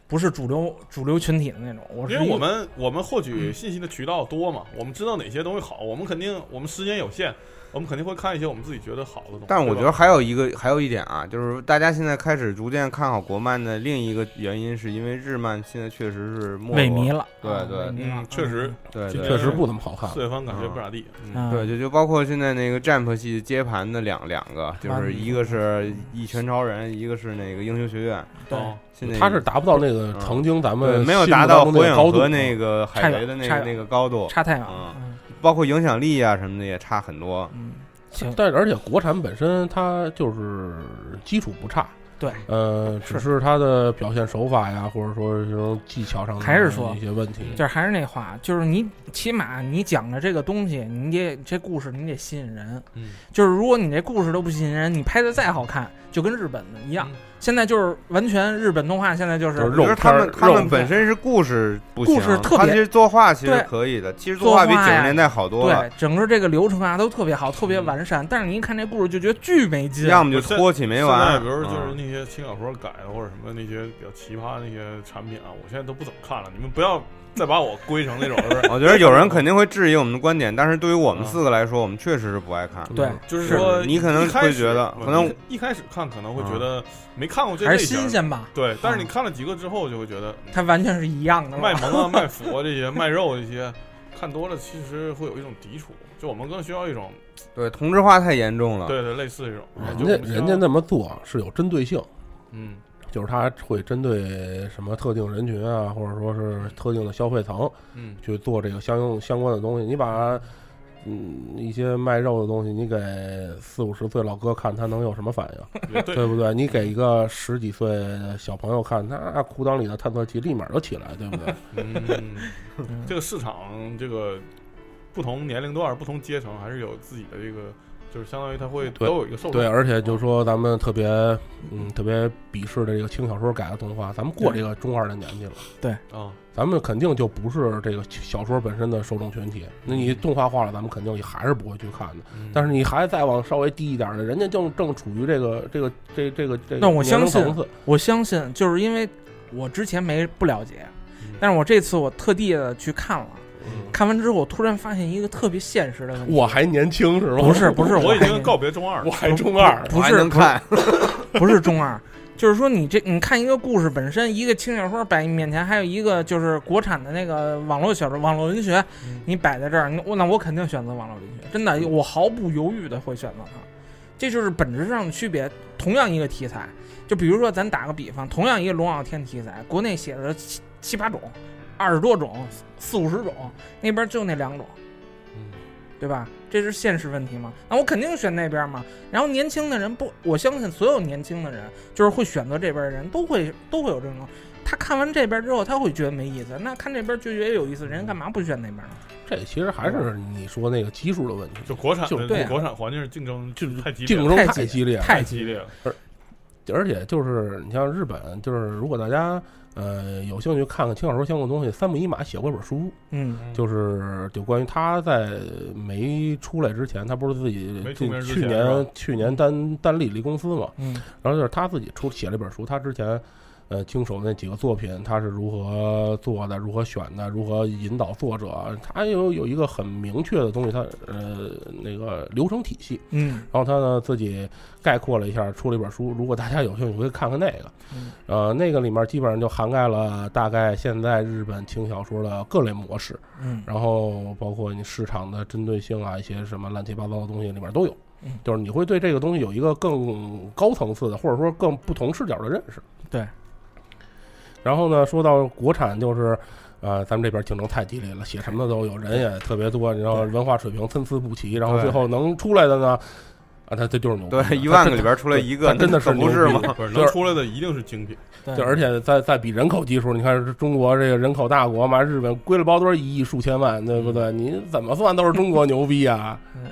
不是主流主流群体的那种。我是
因为
一个
我们我们获取信息的渠道多嘛，我们知道哪些东西好，我们肯定我们时间有限，我们肯定会看一些我们自己觉得好的东西。
但我
对
觉
吧
得还有一个，还有一点啊，就是大家现在开始逐渐看好国漫的另一个原因，是因为日漫现在确实是没
萎
落
靡了，
对
啊
对
萎靡了
嗯确实
对
这
对
确实不怎么好看。
四月番感觉不咋地，
嗯
对，就就包括现在那个 Jump 系接盘的两两个，就是一个是一拳超人，一个是那个英雄学院。
对
哦
现在
他是达不到那个
嗯
曾经咱
对
们
没有
心目
达
当
到
中那
火
个
影
高度啊
和那个海贼的那
差
个
远
那个高度，
差太远了
啊。
嗯
包括影响力啊什么的也差很多。
嗯，行，
但是而且国产本身它就是基础不差，
对，
呃，
是
只是它的表现手法呀，或者说这种技巧上的
还是说
一些问题。
就是还是那话，就是你起码你讲的这个东西，你得这故事你得吸引人。
嗯，
就是如果你这故事都不吸引人，你拍的再好看，就跟日本的一样。
嗯
现在就是完全日本动画现在就是
就是肉
就是他们
片儿
他
肉片
们
儿
本身是故事不行，
故事特别
他其实作画其
对
实可以的，其实画比
作
九
画呀
十年代好多了
对，整个这个流程啊都特别好，特别完善。但是你一看这故事就觉得巨没劲，
要么就拖起没
现
完。
在比如就是
嗯
那些轻小说改的或者什么那些比较奇葩的那些产品啊，我现在都不怎么看了。你们不要再把我归成那种，就是
我觉得有人肯定会质疑我们的观点，但是对于我们
嗯
四个来说，我们确实是不爱看。
对
嗯
就是
是
说
你可能
一开始
会觉得
不
可能嗯
一一开始看可能会觉得没看过这
还
类
是
型
新鲜吧？
对，但是你
啊
看了几个之后就会觉得嗯
它完全是一样的
卖
了。
萌啊、卖腐啊这些、卖肉这些，看多了其实会有一种抵触。就我们更需要一种
对同质化太严重了。
对对类似这种，就
嗯人
我们
家
需要
人家那么做是有针对性，
嗯
就是他会针对什么特定人群啊，或者说是特定的消费层
嗯
去做这个相应相关的东西。你把嗯一些卖肉的东西，你给四五十岁老哥看，他能有什么反应，
也对
对不对？你给一个十几岁的小朋友看，那裤裆里的探测器立马就起来，对不对？
嗯，
嗯
这个市场这个不同年龄段、不同阶层还是有自己的这个，就是相当于他会都
对
有一个受众。
对，而且就说咱们特别嗯特别鄙视的这个轻小说改的动画，咱们过这个中二的年纪了。
啊，
咱们肯定就不是这个小说本身的受众群体。那你动画化了，咱们肯定也还是不会去看的。
嗯
但是你还再往稍微低一点的，人家正正处于这个这个这这个这个
那我
年
相
龄
信
层次，
我相信，就是因为我之前没不了解，但是我这次我特地的去看了，看完之后我突然发现一个特别现实的问题。
我还年轻是吗？
不是不是
我已
还
经告别中二
嗯我
了。
还中二，
不
我还
是
能看，
不是中二，就是说你这你看一个故事本身，一个轻小说摆你面前，还有一个就是国产的那个网络小说、网络文学，你摆在这儿，那我那我肯定选择网络文学，真的，我毫不犹豫的会选择它，这就是本质上的区别。同样一个题材，就比如说咱打个比方，同样一个龙傲天题材，国内写着七七八种、二十多种、四五十种，那边就那两种，
嗯
对吧？这是现实问题嘛？那我肯定选那边嘛。然后年轻的人不，我相信所有年轻的人，就是会选择这边的人都会都会有这种，他看完这边之后，他会觉得没意思，那看这边就觉得有意思，人家干嘛不选那边呢？
这其实还是你说那个基数的问题，
就国产
就
的
对啊
国产环境竞争
就是
太激烈
竞
了，
争
太
太
激
激烈了，
太
激烈了。
而且就是你像日本，就是如果大家呃有兴趣看看轻小说相关的东西，三木一马写过一本书，
嗯，
就是就关于他在没出来之前，他不是自己
没出
进
名之前
去
是
年
吧
去年单单立了一公司嘛，
嗯
然后就是他自己出写了一本书，他之前呃经手那几个作品，他是如何做的，如何选的，如何引导作者，他有有一个很明确的东西，他呃那个流程体系，
嗯
然后他呢自己概括了一下，出了一本书。如果大家有兴趣，可以看看那个。
嗯
呃，那个里面基本上就涵盖了大概现在日本轻小说的各类模式，
嗯
然后包括你市场的针对性啊，一些什么乱七八糟的东西里面都有
嗯。
就是你会对这个东西有一个更高层次的，或者说更不同视角的认识。
对。
然后呢，说到国产，就是，呃，咱们这边竞争太激烈了，写什么的都有，人也特别多，你知道，
对
文化水平参差不齐，然后
对
最后能出来的呢，啊，他这就是牛逼的，
对，一万
他
个里边出来一个，
他真的是
可不是
牛
吗
逼？
不是
就
能
是
出来的一定是精品，
对，
就而且再再比人口基数，你看这中国这个人口大国嘛，日本归了包堆儿一亿数千万，对不对？你怎么算都是中国牛逼啊！
嗯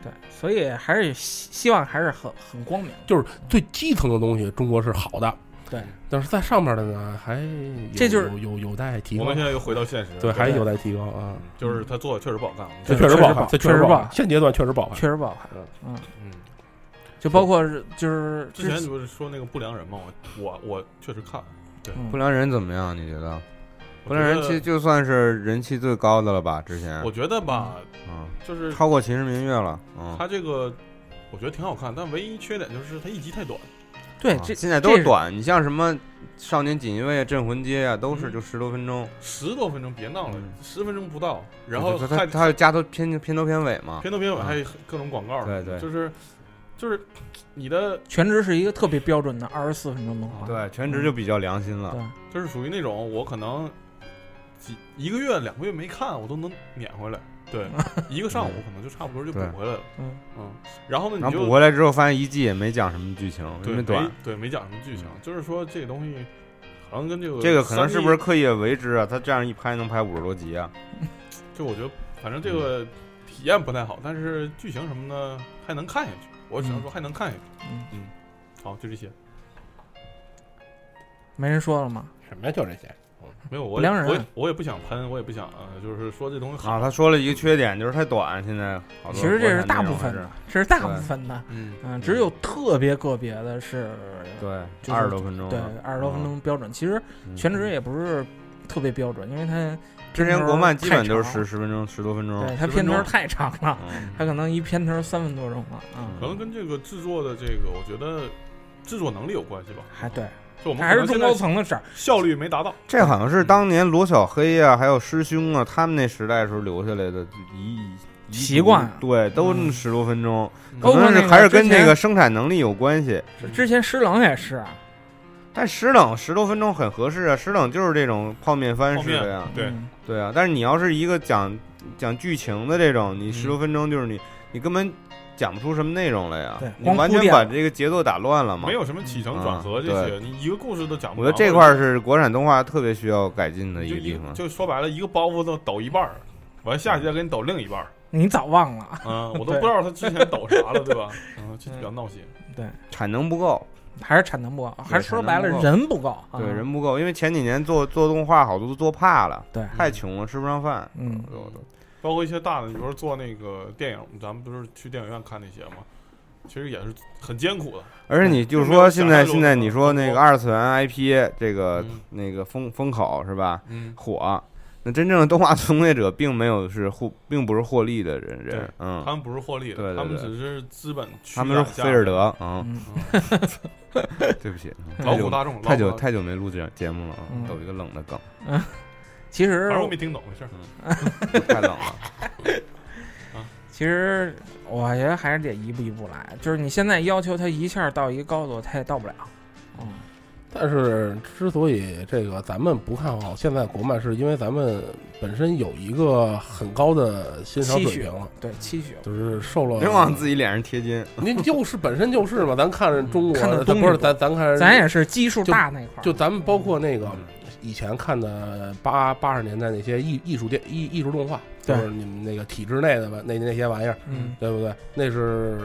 对，所以还是希希望还是很很光明。
就是最基层的东西，中国是好的，
对，
但是在上面的呢，还有
这就是
有有有待提
我
高
们，现在又回到现实了。
对，还有待提高啊。
嗯就是他做的确实不好看，
这
对
确实
确
不好
实
看
不，
这
确实
不
不
好
好
看，现阶段确实不好看。
确实不好看，嗯，
嗯。
就包括是就是
之前你
前
不是说那个不良人吗？我我我确实看了，对
嗯
不良人怎么样？你觉得？不良
我
人
觉
其
得
实就算是人气最高的了吧？之前
我，觉得吧，
嗯，
就是
超过《秦时明月》了。嗯，
它这个，我觉得挺好看，但唯一缺点就是它一集太短。
嗯对
啊，
哎这
现在都
这
是短，你像什么《少年锦衣卫》啊，《镇魂街》啊，都是
嗯
就十多分钟。
十多分钟，别闹了
嗯，
十分钟不到，然后
他他
还
他加头片片头片尾嘛，
片头片尾
啊
还有各种广告，
对对
就是就是你的
全职是一个特别标准的二十四分钟动画，
对，全职就比较良心了。
对
就是属于那种我可能几一个月两个月没看，我都能撵回来。 对，一个上午可能就差不多就补
对
回来了。
嗯
嗯，然后呢，
然
你
后
就
补回来之后，发现一季也没讲什么剧情，因
对没
为短。嗯
对没讲什么剧情，就是说这个东西好像跟这个
这个可能
3D
是不是刻意为之啊？他这样一拍能拍五十多集啊？
就我觉得反正这个体验不太好，但是剧情什么的还能看下去。我只能说还能看下去。
嗯，
好，就这些，
没人说了吗？
什么呀？就这些。
没有
不
我也
良人
我也我也不想喷，我也不想呃，就是说这东西好。
啊，他说了一个缺点就是太短，现在好多
其实这
国
是
产
大
内容
部分
还是
的，这是大部分的，
嗯，
嗯，只有特别个别的是，就
对
是
二十多分钟
对
了，
二十多分钟标准。其实
嗯
全职也不是特别标准，因为它
之前国漫基本都是
片头
十十分钟、十多分钟
太长了，对，它
10
片头
分钟
太长了，
嗯
它可能一片头三分多钟了啊，
可能跟这个制作的这个，我觉得制作能力有关系吧。
还对，
就我们
还
可
是
能
中
现
高
在
层的事儿。
效率没达到，
这好像是当年罗小黑啊，还有师兄啊，他们那时代时候留下来的遗遗
习惯
对，都
嗯
是十多分钟，
包
可
括
能
那
是
个
还是跟
之前
这个生产能力有关系。
嗯
之前施冷也是啊，
但石冷十多分钟很合适啊，石冷就是这种泡面番
泡
式
面
的呀，
对
嗯
对啊。但是你要是一个讲讲剧情的这种，你
嗯
十多分钟就是你、你根本讲不出什么内容来呀
对，
你
光
完
铺
全
垫
把
了
这个节奏打乱了嘛
没。有什么起承转合
嗯
这些，你一个故事都讲不
我
完。
觉得这块儿是国产动画特别需要改进的一
就
个地方。
就说白了，一个包袱都抖一半儿，完下集再给你抖另一半儿，
你早忘了，
嗯，我都
对
不知道他之前抖啥了，对吧？嗯，这比较闹心。
产能不够，
还是产能不够，还是说白了
产能不够
人不够，啊
对，人不够，因为前几年做做动画好多都做怕了，
对
嗯
太穷了，吃不上饭。
嗯
包括一些大的，你比如说做那个电影，咱们不是去电影院看那些吗？其实也是很艰苦的。
而且你就
没
说
有
现在
想象力
现在你说那
我
个二次元 IP 这个
嗯
那个风风口是吧？
嗯，
火，那真正的动画从业者并没有是获，并不是获利的人人
对，
嗯
他，们不是获利
对
的，
对
他们
对
只是资本驱
他
赶
们是
下
菲尔德，嗯，
嗯，
对不起，嗯
老
太
虎
久
大众，
太
老
久
虎大众
太久没录这节目了，啊
嗯，
有一个冷的梗，
其实
反正我没听懂，没事儿。
嗯太冷了，
其实我觉得还是得一步一步来，就是你现在要求他一下到一个高度，他也到不了。嗯，
但是之所以这个咱们不看好现在国漫，是因为咱们本身有一个很高的欣赏
期
水
许
平了，
对，期许。
就是受了。
别往自己脸上贴金，
您就是本身就是嘛，咱看中国
看的
的，
东西
不是
多
咱咱看，
咱也是基数大那块儿，
就咱们包括那个
嗯
以前看的八八十年代那些艺艺术电艺艺术动画，就
对
是你们那个体制内的吧，那那些玩意儿，
嗯，
对不对？那是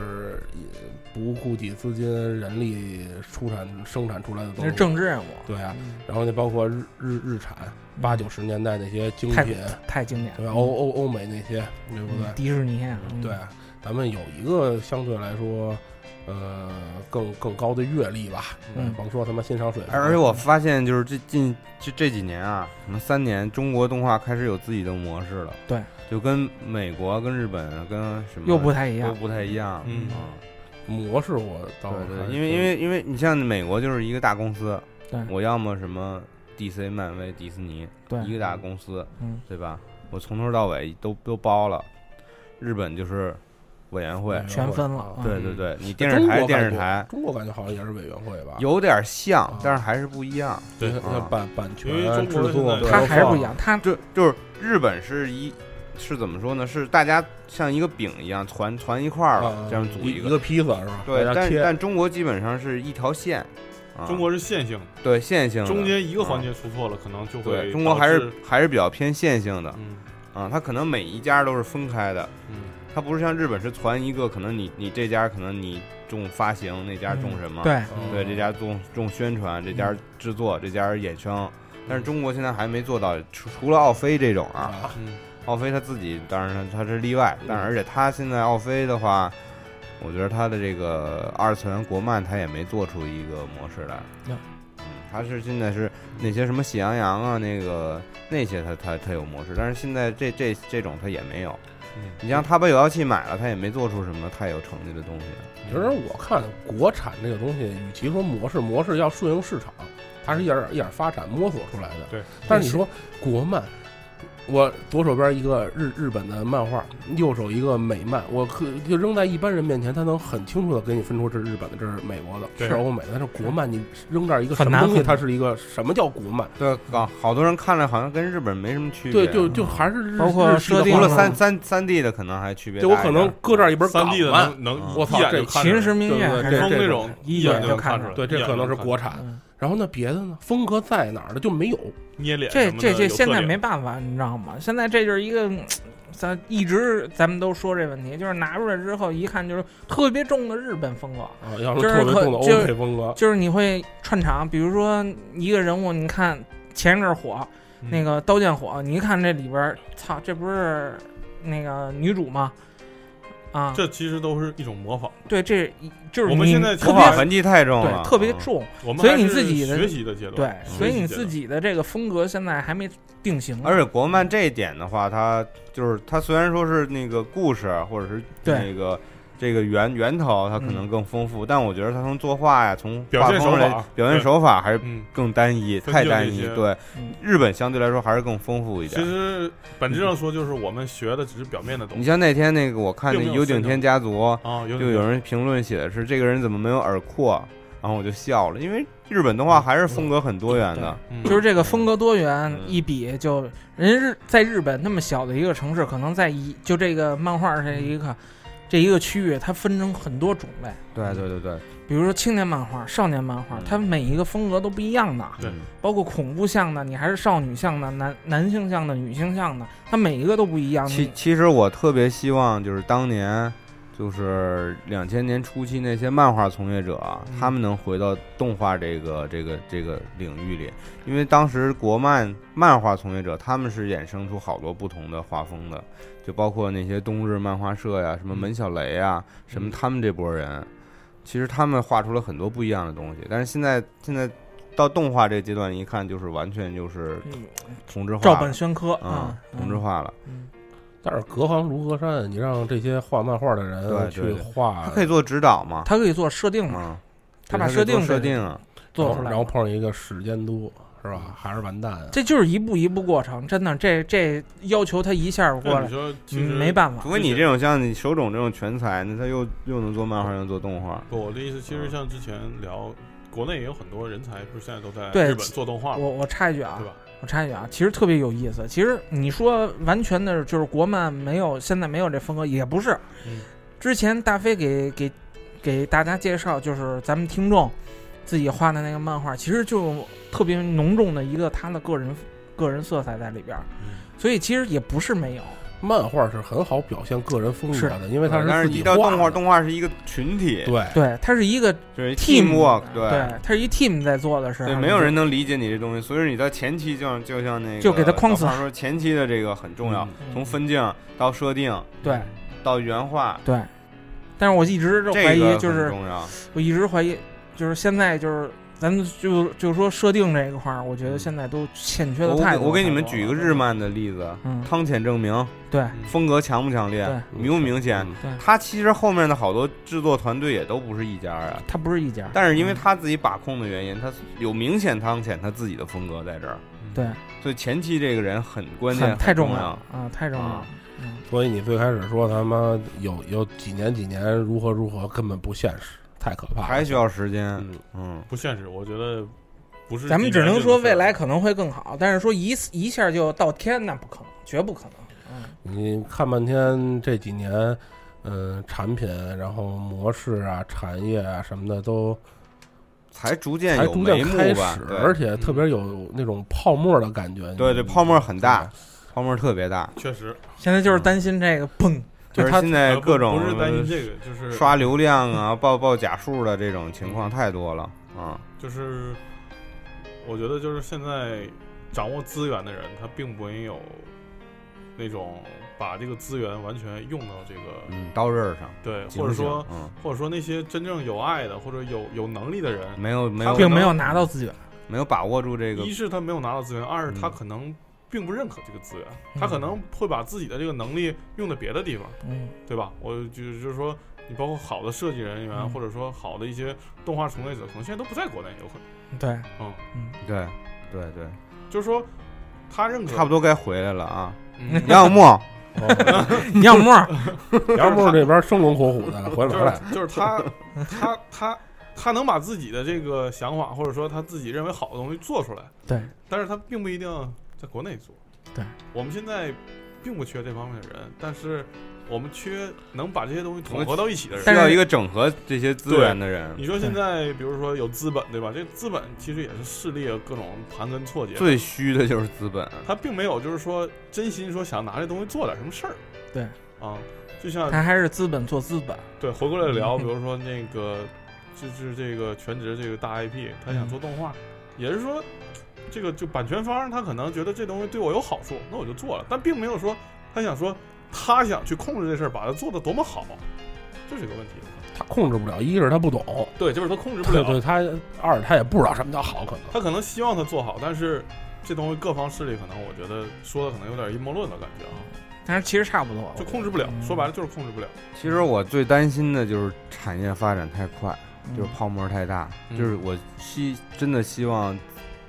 不顾及资金、人力出产生产出来的
那
东
是
西，
政治任务。
对啊。
嗯
然后就包括日日日产八九十年代那些精
太
品，
太经典了，
对吧？欧欧欧美那些，对不对？
迪士尼啊，嗯
对，咱们有一个相对来说，呃，更更高的阅历吧，
嗯
甭说他妈欣赏水平，
而且我发现，就是这近这这几年啊，可能三年，中国动画开始有自己的模式了。
对，
就跟美国、跟日本、跟什么
又不太一
都
样。
不太一样。
嗯
啊
模式我倒
对对，
还是
因为因为因为你像美国就是一个大公司，
对
我要么什么 DC、漫威、迪士尼，
对，
一个大公司，
嗯，
对吧？我从头到尾都都包了。日本就是委员会，
全分了啊
对对对，你电
中
视
国
台
感
电
觉
视台
中国感觉好像也是委员会吧，
有点像
啊，
但是还是不一样。
对
它它
啊
版版权
因为中国
制作，
现在
它还是不一样，它
就就是日本是一是怎么说呢？是大家像一个饼一样团团一块儿了，
啊，
这样组
一
一个。
个披萨是吧？
对，
大家
但
贴
但中国基本上是一条线，啊、
中国是线性的，
对线性的
中间一个环节出错了，可能就会
对中国还
导
是
致
还是比较偏线性的
嗯
啊，它可能每一家都是分开的，
嗯，
它不是像日本是传一个，可能你你这家可能你重发行，那家重什么，
对
啊
嗯对这家重重宣传，这家制作，这家衍生。但是中国现在还没做到，除除了奥飞这种啊，
啊，
嗯
奥飞他自己当然他他是例外，
嗯
但是而且他现在奥飞的话，我觉得他的这个二次元国漫他也没做出一个模式来
嗯。
嗯，它是现在是那些什么喜羊羊啊，那个那些它它它有模式，但是现在这这这种它也没有。
嗯
你
嗯
像他把有妖气买了，他也没做出什么太有成绩的东西。
其实我看国产这个东西，与其说模式，模式要顺应市场，它是一点儿一点儿发展摸索出来的。
对，
但是你说国漫，我左手边一个日日本的漫画，右手一个美漫，我可就扔在一般人面前，他能很清楚的给你分出这是日本的，这是美国的，
对
是欧美的。但是国漫你扔这儿一个
很
什么
难
东西，
很
它是一个什么叫国漫？
对，搞好多人看了好像跟日本没什么区别。嗯
对，就就还是日
包括
日系的
设定
除
话
了
啊
三三三 D 的可能还区别大
就
一
我
点。
可能搁这儿一本
三 D 的
港漫
能能
我
一
操
眼
这
就看出来
秦时明月还
对对对
是
风
这
那
种
种
一
眼
眼
能
就看
出
出
来，
来
对，
一
这
眼
可能是
就看
国
出
产。
嗯
然后呢，别的呢，风格在哪儿的就没有。
来捏脸
这
什么的
这这
有
现
特
在
点
没办法，你知道吗？现在这就是一个，嗯咱一直咱们都说这问题，就是拿出来之后一看就是特别重的日本风格，
啊，要是
就是
特别
可
重的欧
就是
美风格，
就是你会串场，比如说一个人物，你看前一阵儿火
嗯
那个《刀剑火》，你一看这里边儿，操，这不是那个女主吗？啊，
这其实都是一种模仿。
对，这就是
我们
你
现在
特
模
哇
仿
别
痕迹太重了，
对特别
嗯。
重，
我们
所以
还
你
是
自己的
学习的阶
对
段，，
所以你自
己
己的这个风格现在还没定型，
而且国漫这一点的话，它就是它虽然说是那个故事啊或者是
对
那个这个源源头，啊它可能更丰富，但我觉得它从作画呀，从
表现
画风
手法
来表现手法还是
嗯，
更单一，
分
太
镜
单
这
一
些。
对
嗯，
日本相对来说还是更丰富一
其
点。
实本质上说就是我们学的只是表面的东
你
西
像那天那个，我看那
并没有
有顶天家族，
啊，有
嗯就有人评论写的是这个人怎么没有耳廓，然后我就笑了，因为日本动
嗯
画还是风格很多元的。
就是这个风格多元
嗯，
一比就人家日在日本那么小的一个城市，可能在一就这个漫画这一个这一个区域，它分成很多种类，
对对对对，
比如说青年漫画、少年漫画
嗯，
它每一个风格都不一样的，
对
嗯
包括恐怖向的，你还是少女向的、男男性向的、女性向的，它每一个都不一样。
其
你
其实我特别希望就是当年，就是两千年初期那些漫画从业者啊，
嗯
他们能回到动画这个这个这个领域里，因为当时国漫漫画从业者他们是衍生出好多不同的画风的，就包括那些冬日漫画社呀、什么门小雷呀、什么他们这波人，其实他们画出了很多不一样的东西，但是现在现在。到动画这个阶段，一看就是完全就是
嗯
同质化
照
了，
本宣科
啊
啊，，
同质化了。
嗯
但是隔行如隔山，你让这些画漫画的人
对
去
对对
画，
他可以做指导嘛？
它可以做设定嘛，
嗯，
他把
对
设
可以做
定
设
给
定啊，
做出来
然后碰上一个时间多，是吧？还是完蛋啊！
这就是一步一步过程，真的，这这要求他一下过
那
来
你，说其实
嗯没办法
除。非你这种像你手冢这种全才，那他又又能做漫画，又能做动画，
不，我的意思其实像之前聊，国内也有很多人才，不是现在都在
对
日本做动画嘛，
我我插一句啊
对，吧？
我插一句啊，其实特别有意思。其实你说完全的就是国漫没有，现在没有这风格也不是。
嗯
之前大飞给给给大家介绍，就是咱们听众自己画的那个漫画，其实就特别浓重的一个他的个人个人色彩在里边儿，
嗯
所以其实也不是没有。
漫画是很好表现个人风格的，因为它
但
自
是
己
一到动
画
画，
的，
动画是一个群体，
对，
对，它是一个
就是
team，
work，
对，它是一 team 在做的事儿。
对，没有人能理解你这东西，所以你在前期就像就像那个，
就给它框死
老胖说前期的这个很重要，
嗯
从分镜到设定
对
到原画，
对，但是我一直就
这
怀
个
疑，
很
就是
重要。
我一直怀疑，就是现在就是咱们就就说设定这一块儿，我觉得现在都欠缺的
我
太
给
多了。
我给你们
太多
举一个
了
日，漫的例子，
嗯
汤浅证明
对
嗯
风格强不强烈
对，
明不明显？
嗯
对，
他其实后面的好多制作团队也都不是一家啊，
它不是一家，
但是因为他自己把控的原因，他有明显汤浅他自己的风格在这儿，
对，
所以前期这个人很关键，
很太
重
重要。啊，太重要了
啊。
嗯，
所以你最开始说他妈有有几年几年如何如何，根本不现实，太可怕了。
还需要时间，
嗯，
嗯，
不现实，我觉得不是。
咱们只能说未来，可能会更好，但是说一次一下就到天，那不可能，绝不可能。嗯，
你看半天这几年，嗯，产品然后模式啊、产业啊什么的都
才逐渐
还
有
逐
眉
渐
目
开
吧
始，，
对嗯
而且特别有那种泡沫的感觉。
对对泡沫很大
嗯，
泡沫特别大，
确实
现在就是担心这个砰，
就
就是他
现在
呃不
各种
不是担心这个，就是
刷流量啊、报报假数的这种情况太多了啊，
就是我觉得就是现在掌握资源的人，他并没有那种把这个资源完全用到这个、
嗯，刀刃上，
对，或
警
者
醒
说
嗯，
或者说那些真正有爱的或者有有能力的人，
没有没有
并
并没有拿到资源。
没有把握住嗯这个
一是他没有拿到资源，二是他
嗯
可能并不认可这个资源，他可
嗯
能会把自己的这个能力用在别的地方，
嗯
对吧？我就就是说，你包括好的设计人员，
嗯
或者说好的一些动画从业者，可能现在都不在国内，有可能，
对，
嗯，
对对对，
就是说他认可
差不多该回来了啊。
嗯
杨小 沫，
哦
杨沫儿，
杨木这边生龙活虎的，回来
就
回来
是。就是他他他他能把自己的这个想法，或者说他自己认为好的东西做出来，
对，
但是他并不一定在国内做。
对，
我们现在并不缺这方面的人，但是我们缺能把这些东西
我
统
们
合到一起的人
需
但。是
要一个整合这些资源的人
你，说现在，比如说有资本，对吧？这个资本其实也是势力啊各种盘根错节，
最虚的就是资本。
他并没有就是说真心说想拿这东西做点什么事儿。
对，
啊，就像
他还是资本做资本，
对，回过来 聊，比如说那个，就是这个全职这个大 IP，他想做动画，也是说，这个就版权方他可能觉得这东西对我有好处，那我就做了，但并没有说他想说他想去控制这事儿，把它做得多么好，这是一个问题。
他控制不了，一是他不懂，
对，就是他控制不
对
了，
对，他二他也不知道什么叫好，可能
他可能希望他做好，但是这东西各方势力可能我觉得说的可能有点阴谋论的感觉啊，
但是其实差不多，
就控制不了，
嗯
说白了就是控制不了。
其实
嗯
我最担心的就是产业发展太快，
嗯
就是泡沫太大，
嗯
就是我希真的希望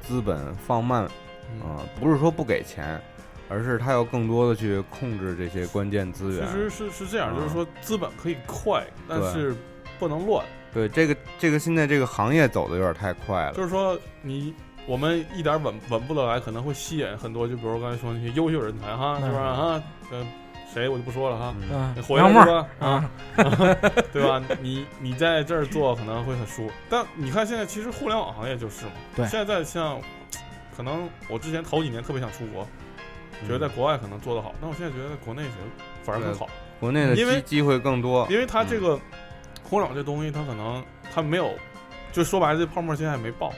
资本放慢
嗯，
啊，不是说不给钱，而是他要更多的去控制这些关键资
其
源。
实是是这样，
啊
就是说资本可以快，但
对
是不能乱。
对这个这个现在这个行业走的有点太快了
就。是说你我们一点稳稳步的来，可能会吸引很多，就比如刚才说那些优秀人才哈，
嗯
是不是啊？呃，谁我就不说了哈，
嗯
嗯，
火
杨
焰
沫
是
儿
吧？啊，， 对吧？你你在这儿做可能会很舒服，但你看现在其实互联网行业就是嘛，
对
现在像可能我之前头几年特别想出国，觉得在国外可能做得好，但我现在觉得在国内觉得反而更好，
国内的
因为
机机会更多，
因为它这个互联网这东西，它可能它没有。就说白了，这泡沫现在还没爆，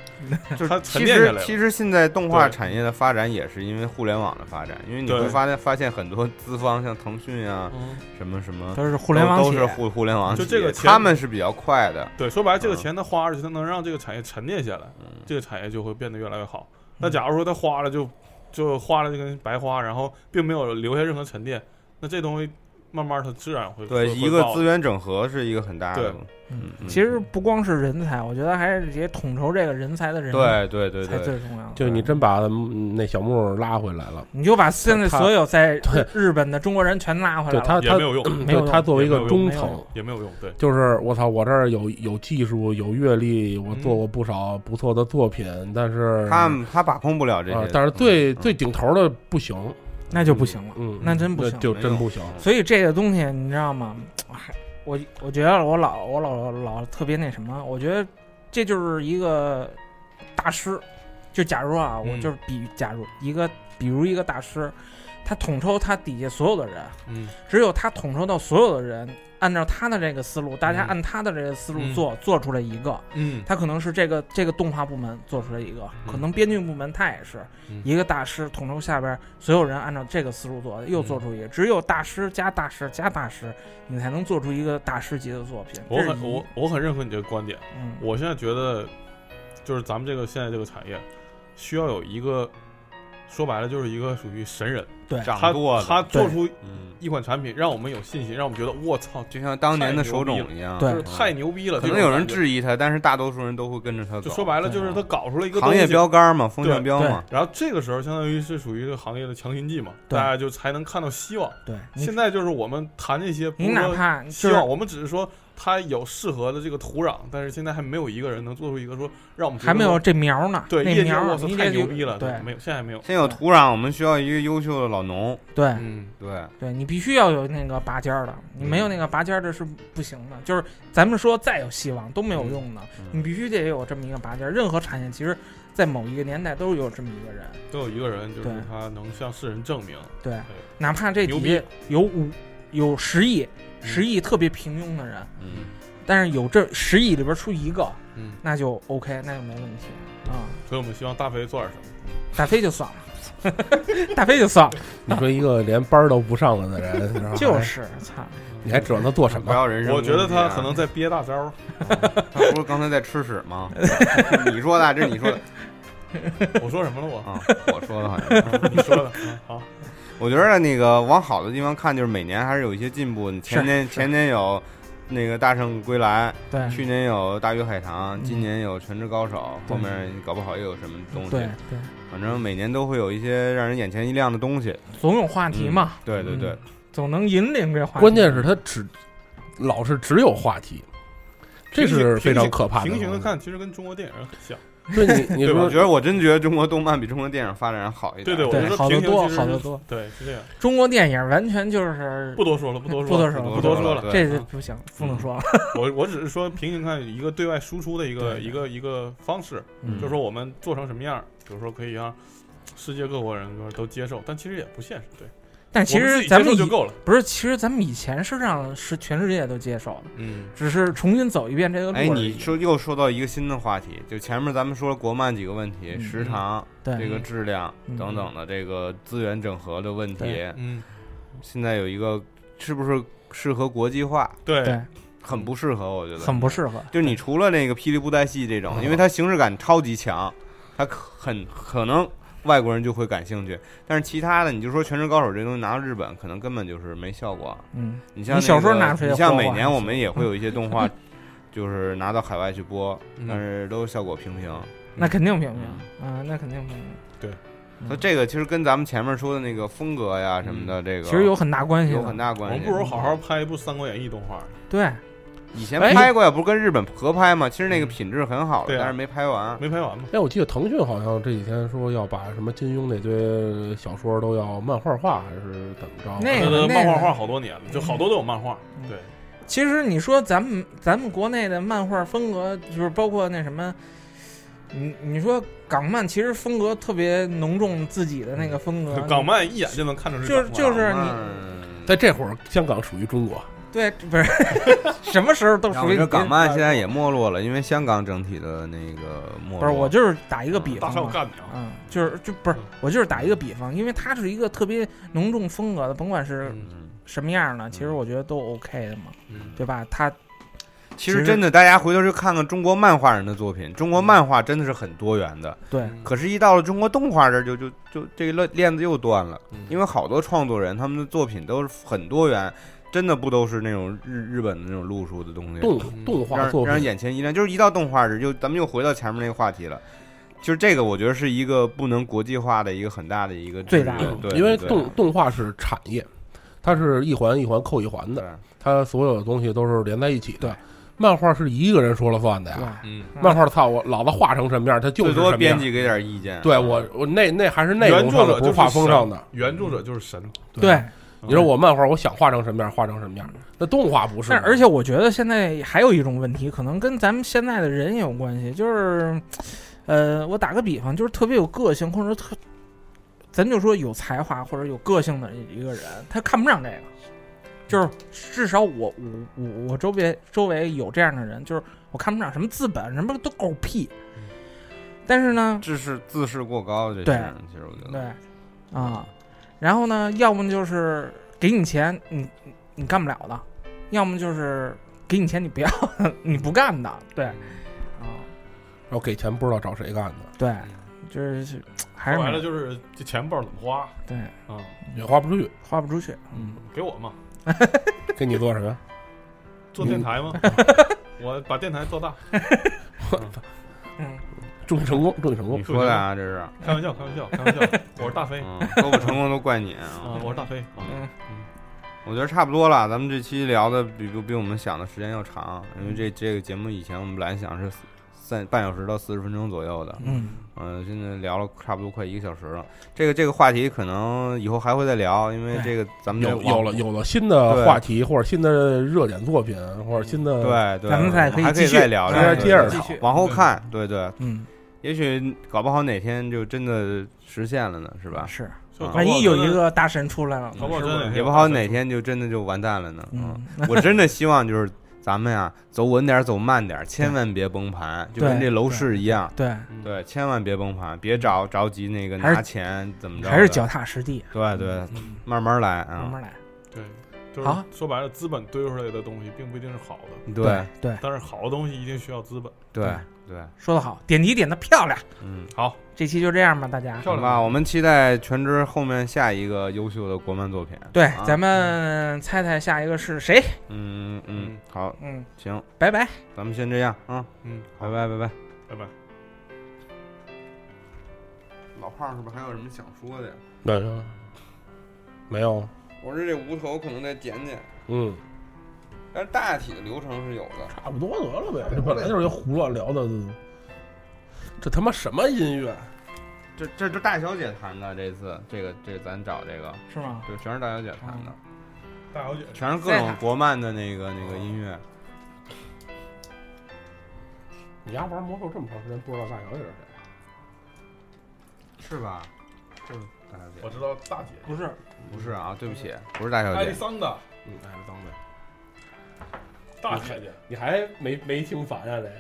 就
它沉
其
淀下来
实
了
其实现在动画
对
产业的发展也是因为互联网的发展，因为你
对
会发现发现很多资方像腾讯啊
嗯，
什么什么，
都是互联网
都
企
是
业
互互联网企业，
就这个钱
他们是比较快的，
对，说白了，这个
嗯
钱他花出去，他能让这个产业沉淀下来，
嗯
这个产业就会变得越来越好。那假如说他花了就就花了就跟白花，然后并没有留下任何沉淀，那这东西慢慢它自然会
对
会
一个
会爆
资源整合是一个很大的
对，
嗯嗯
其实不光是人才，我觉得还是得统筹这个人才的人
对对对
嗯才
对，
最重要的。
就你真把嗯那小木拉回来了，
你就把现在
他
所有在
对
日本的中国人全拉回来
对他
了，
也
他
没有用，
没有
就他作为一
也没
个
有
中
没有
层，
也没有用。对，
就是我操，我这儿有有技术有阅历，我做过不少不错的作品，但是
他们他把控不了这
啊
些，，
但是最
嗯
最顶头的不行，
那就不行了。
嗯，
那真不行
就真不行。
所以这个东西你知道吗？哎我我觉得我老我老老特别那什么，我觉得这就是一个大师。就假如啊，
嗯
我就是比假如一个，比如一个大师，他统筹他底下所有的人，
嗯，
只有他统筹到所有的人，按照他的这个思路，大家
嗯
按他的这个思路
嗯
做，做出来一个，
嗯，
他可能是这个这个动画部门做出来一个，
嗯
可能编剧部门他也是、
嗯
一个大师统筹下边所有人按照这个思路做，又做出
嗯
一个，只有大师加大师加大师，你才能做出一个大师级的作品。
我
这是
很
一
我我很认可你这个观点。
嗯
我现在觉得，就是咱们这个现在这个产业，需要有一个说白了就是一个属于神人，
掌
他
舵的，
他做
对
出
嗯，
一款产品，让我们有信心，让我们觉得我操，
就像当年的手
太牛
冢
逼
一样，
对
就是
嗯
太牛逼了。
可
这
能
种
有人
感觉
质疑他，但是大多数人都会跟着他走。
就说白了，就是他搞出了一个
行业
东西
标杆嘛，风向
对
标
对
嘛，
然后这个时候相当于是属于这个行业的强心剂嘛，
对
大家就才能看到希望。
对你
现在就是我们谈这些，不
你
是
哪
说
怕就
希
是
望，我们只是说它有适合的这个土壤，但是现在还没有一个人能做出一个说让我们觉得
还没有这苗呢，
对
那
业绩
苗
我
儿啊
操
你
太
得
牛逼了，
对
没有现在还没有，
先有土壤，我们需要一个优秀的老农。
对。
嗯，
对，
对你必须要有那个拔尖儿的，你
嗯
没有那个拔尖儿的是不行的。就是咱们说再有希望都没有用的，
嗯
你必须得有这么一个拔尖儿。任何产业其实，在某一个年代都是有这么一个人，
都有一个人就是
对
他能向世人证明，
对，哪怕这
牛
底
逼
下有五有十亿，十亿特别平庸的人，
嗯，
但是有这十亿里边出一个，
嗯，
那就 OK，那就没问题啊、
所以我们希望大飞做点什么。
大飞就算了， 大飞就算 了，
你说一个连班儿都不上了的人，是吧
哎
就是操，
你还指望他做什
嗯
不
么？
要人身
我
攻击啊
觉得他可能，在 憋大招儿，
他不是刚才在吃屎吗？你说的，这是你说的，
我说什么了我？
啊，我说的好像。
啊你说的，啊好，
我觉得那个往好的地方看，就是每年还是有一些进步。前年
是
前年有那个《大圣归来》，
对
去年有《大鱼海棠》，
嗯
今年有《全职高手》，
对
后面搞不好又有什么东
对
西。
对，
反正每年都会有一些让人眼前一亮的东西。
总有话题嘛，
对对对
嗯，总能引领这话题。
关键是他只老是只有话题，这是非常可怕的。
平行的看，其实跟中国电影很像。
对你你
对吧
我
说
觉得我真觉得中国动漫比中国电影发展好一点。
对对，我觉
对
得
好得
平行
多
其实
好得
是
多。
对，是这样。
中国电影完全就是
不多说了，不多
不
说
多
了，
说了，
多
不多
说
说
了
了。
对嗯
这就不行，不能说了。
我我只是说平行看一个对外输出的一个一个一个方式，
嗯
就是说我们做成什么样儿，比如说可以让世界各国人都接受，但其实也不现实。对，
但其
我们自
实
己
咱
接
们
受
以
就够了。
不是，其实咱们以前是让是全世界都接受的，
嗯。
只是重新走一遍这个路而
哎，
已。
你说又说到一个新的话题，就前面咱们说了国漫几个问题，
嗯
时长、
对
这个质量
嗯
等等的这个资源整合的问题
对，
嗯，
现在有一个是不是适合国际化？
对
对
很不适合，我觉得
嗯很嗯不适合，
就你除了那个霹雳布袋戏这种，因为它形式感超级强，它可很可能外国人就会感兴趣。但是其他的，你就说《全职高手》这东西拿到日本，可能根本就是没效果。
嗯，
你像、那个、
你小时候拿出来
你像
火
每
花
年我们也会有一些动画，就是拿到海外去 播，
嗯
但是都效果平平。
那肯定平
嗯
平啊，那肯定平平。嗯
那、这个其实跟咱们前面说的那个风格呀什么的，这个
其实有很大关系的，
有很大
我
关
们
系。
不如好好拍一部《三国演义》动画。
对，
以前
哎
拍过呀，不是跟日本合拍吗？其实那
嗯
个品质很好的，
对啊
但是没拍完。
没拍完嘛？
哎，我记得腾讯好像这几天说要把什么金庸那堆小说都要漫画化，还是怎么着？
那
那
个
个漫
那
画
个
画好多年了，就好多都有漫画。
嗯
对，
其实你说咱们咱们国内的漫画风格，就是包括那什么，你你说港漫其实风格特别浓重，自己的那个 风格。
港漫一眼就能看出
啊就是
港漫
就是你
嗯
在这会儿，香港属于中国，
对，不是 什么时候都
然
属
后
于
这港漫
别
现在也没落了，因为香港整体的那个没落。
不是，我就是打一个比
大
方
少
嘛，
干你啊！
嗯，就是就不是
嗯，
我就是打一个比方，因为它是一个特别浓重风格的，甭管是
嗯
嗯，
什么样的，其实我觉得都 OK 的嘛，
嗯
对吧？它
其实真的，大家回头去看看中国漫画人的作品，中国漫画真的是很多元的。
对，
可是，一到了中国动画这儿，就就就这个链子又断了，因为好多创作人他们的作品都是很多元，真的不都是那种日日本的那种路数的东西。
动
嗯
动画
让
作
让人
品，
眼前一亮。就是一到动画时，就咱们又回到前面那个话题了。就是这个，我觉得是一个不能国际化的一个很大的一个
最大
制约
的
对，
因为
对
动动画是产业，它是一环一环扣一环的，
对
它所有的东西都是连在一起的
对。
漫画是一个人说了算的
对
呀，
吧？
嗯，
漫画操我老子画成什么样，它就是
最
什
多
么
编
样。
辑给点意见。
对我我那那还是内
原
容上
作
的，
者
不
就是是
画风上的。
原著者就是神。
对，
你说
嗯
我漫画，我想画成什么样，画成什么样。那动画不是
但
嘛，
是而且我觉得现在还有一种问题，可能跟咱们现在的人也有关系，就是，呃，我打个比方，就是特别有个性，或者说特，咱就说有才华或者有个性的一个人，他看不上这个，就是至少我我我我周围周围有这样的人，就是我看不上什么资本什么都狗屁，
嗯
但是呢，
自视自视过高这
对
事儿，其实我觉
对
得，
啊，然后呢，要么就是给你钱，你你干不了的；要么就是给你钱，你不要， 你不干的。对，啊，
然后给钱不知道找谁干的，
对，就是还
说
是
白了
没
就是这钱不知道怎么花
对，
啊，
也花不出去。
花不出去。
嗯，
给我嘛，
给你做什么呀？
做电台嘛，我把电台做大。
嗯，
祝你成功，祝你成功
你。说的啊，这是，
开玩笑，开玩笑，开玩笑，我是大飞
嗯，说不成功都怪你
啊
啊，。
我是大飞啊。
嗯
我觉得差不多了，咱们这期聊的比比比我们想的时间要长，因为这这个节目以前我们本来想是三半小时到四十分钟左右的，
嗯，
嗯，现在聊了差不多快一个小时了。这个这个话题可能以后还会再聊，因为这个咱们
有有了
有
有了新
对
的话题或者新的热点作品或者新的，
对对，
呃咱们再
我
可以
还可以
继续
再聊
咱们
聊，
再接着
对
继
对
续。
往后看，对对，
嗯，
也许搞不好哪天就真的实现了呢，是吧？
是，
就搞不好
万一有一
真的，
个大神出来了，
搞不好真的
也不好哪天就真的就完蛋了呢。
嗯，，
我真的希望就是咱们呀，走稳点儿，走慢点儿，千万别崩盘，就跟
对
这楼市一样。
对，
嗯
对，千万别崩盘，别着着急那个
还是
拿钱怎么着的，
还是脚踏实地，
对对，慢慢来啊，
慢慢来。
对，就是
好
说白了，资本堆出来的东西并不一定是好的，
对
对
但是好的东西一定需要资本。
对，对，
说得好，点题点的漂亮。
嗯，
好，
这期就这样吧，大家。
好
漂亮
吧，我们期待全职后面下一个优秀的国漫作品。
对，
啊
咱们猜猜下一个是谁？
嗯嗯嗯，好，
嗯，
行，
拜拜。
咱们先这样啊，
嗯，
拜拜拜拜。
拜拜。
老胖是不是还有什么想说的呀？
那就没有，
我说这无头可能得剪剪，
嗯，
但是大体的流程是有的。
差不多得了呗。这本来就是一胡乱聊的，这他妈什么音乐？
这这这大小姐弹的，这次这个这咱找这个，
是吗？
就全是大小姐弹的，
大小姐，
嗯全是各种国漫的那个那个音乐。
你丫玩魔兽这么长时间，不知道大小姐是谁？
是吧？就是大小
我
姐，
知道大姐，
不是，
不是啊，对不起，不是大小
艾丽
姐。
桑的
哎嗯，还是当的。
大姐姐，
你还没没听烦啊？这个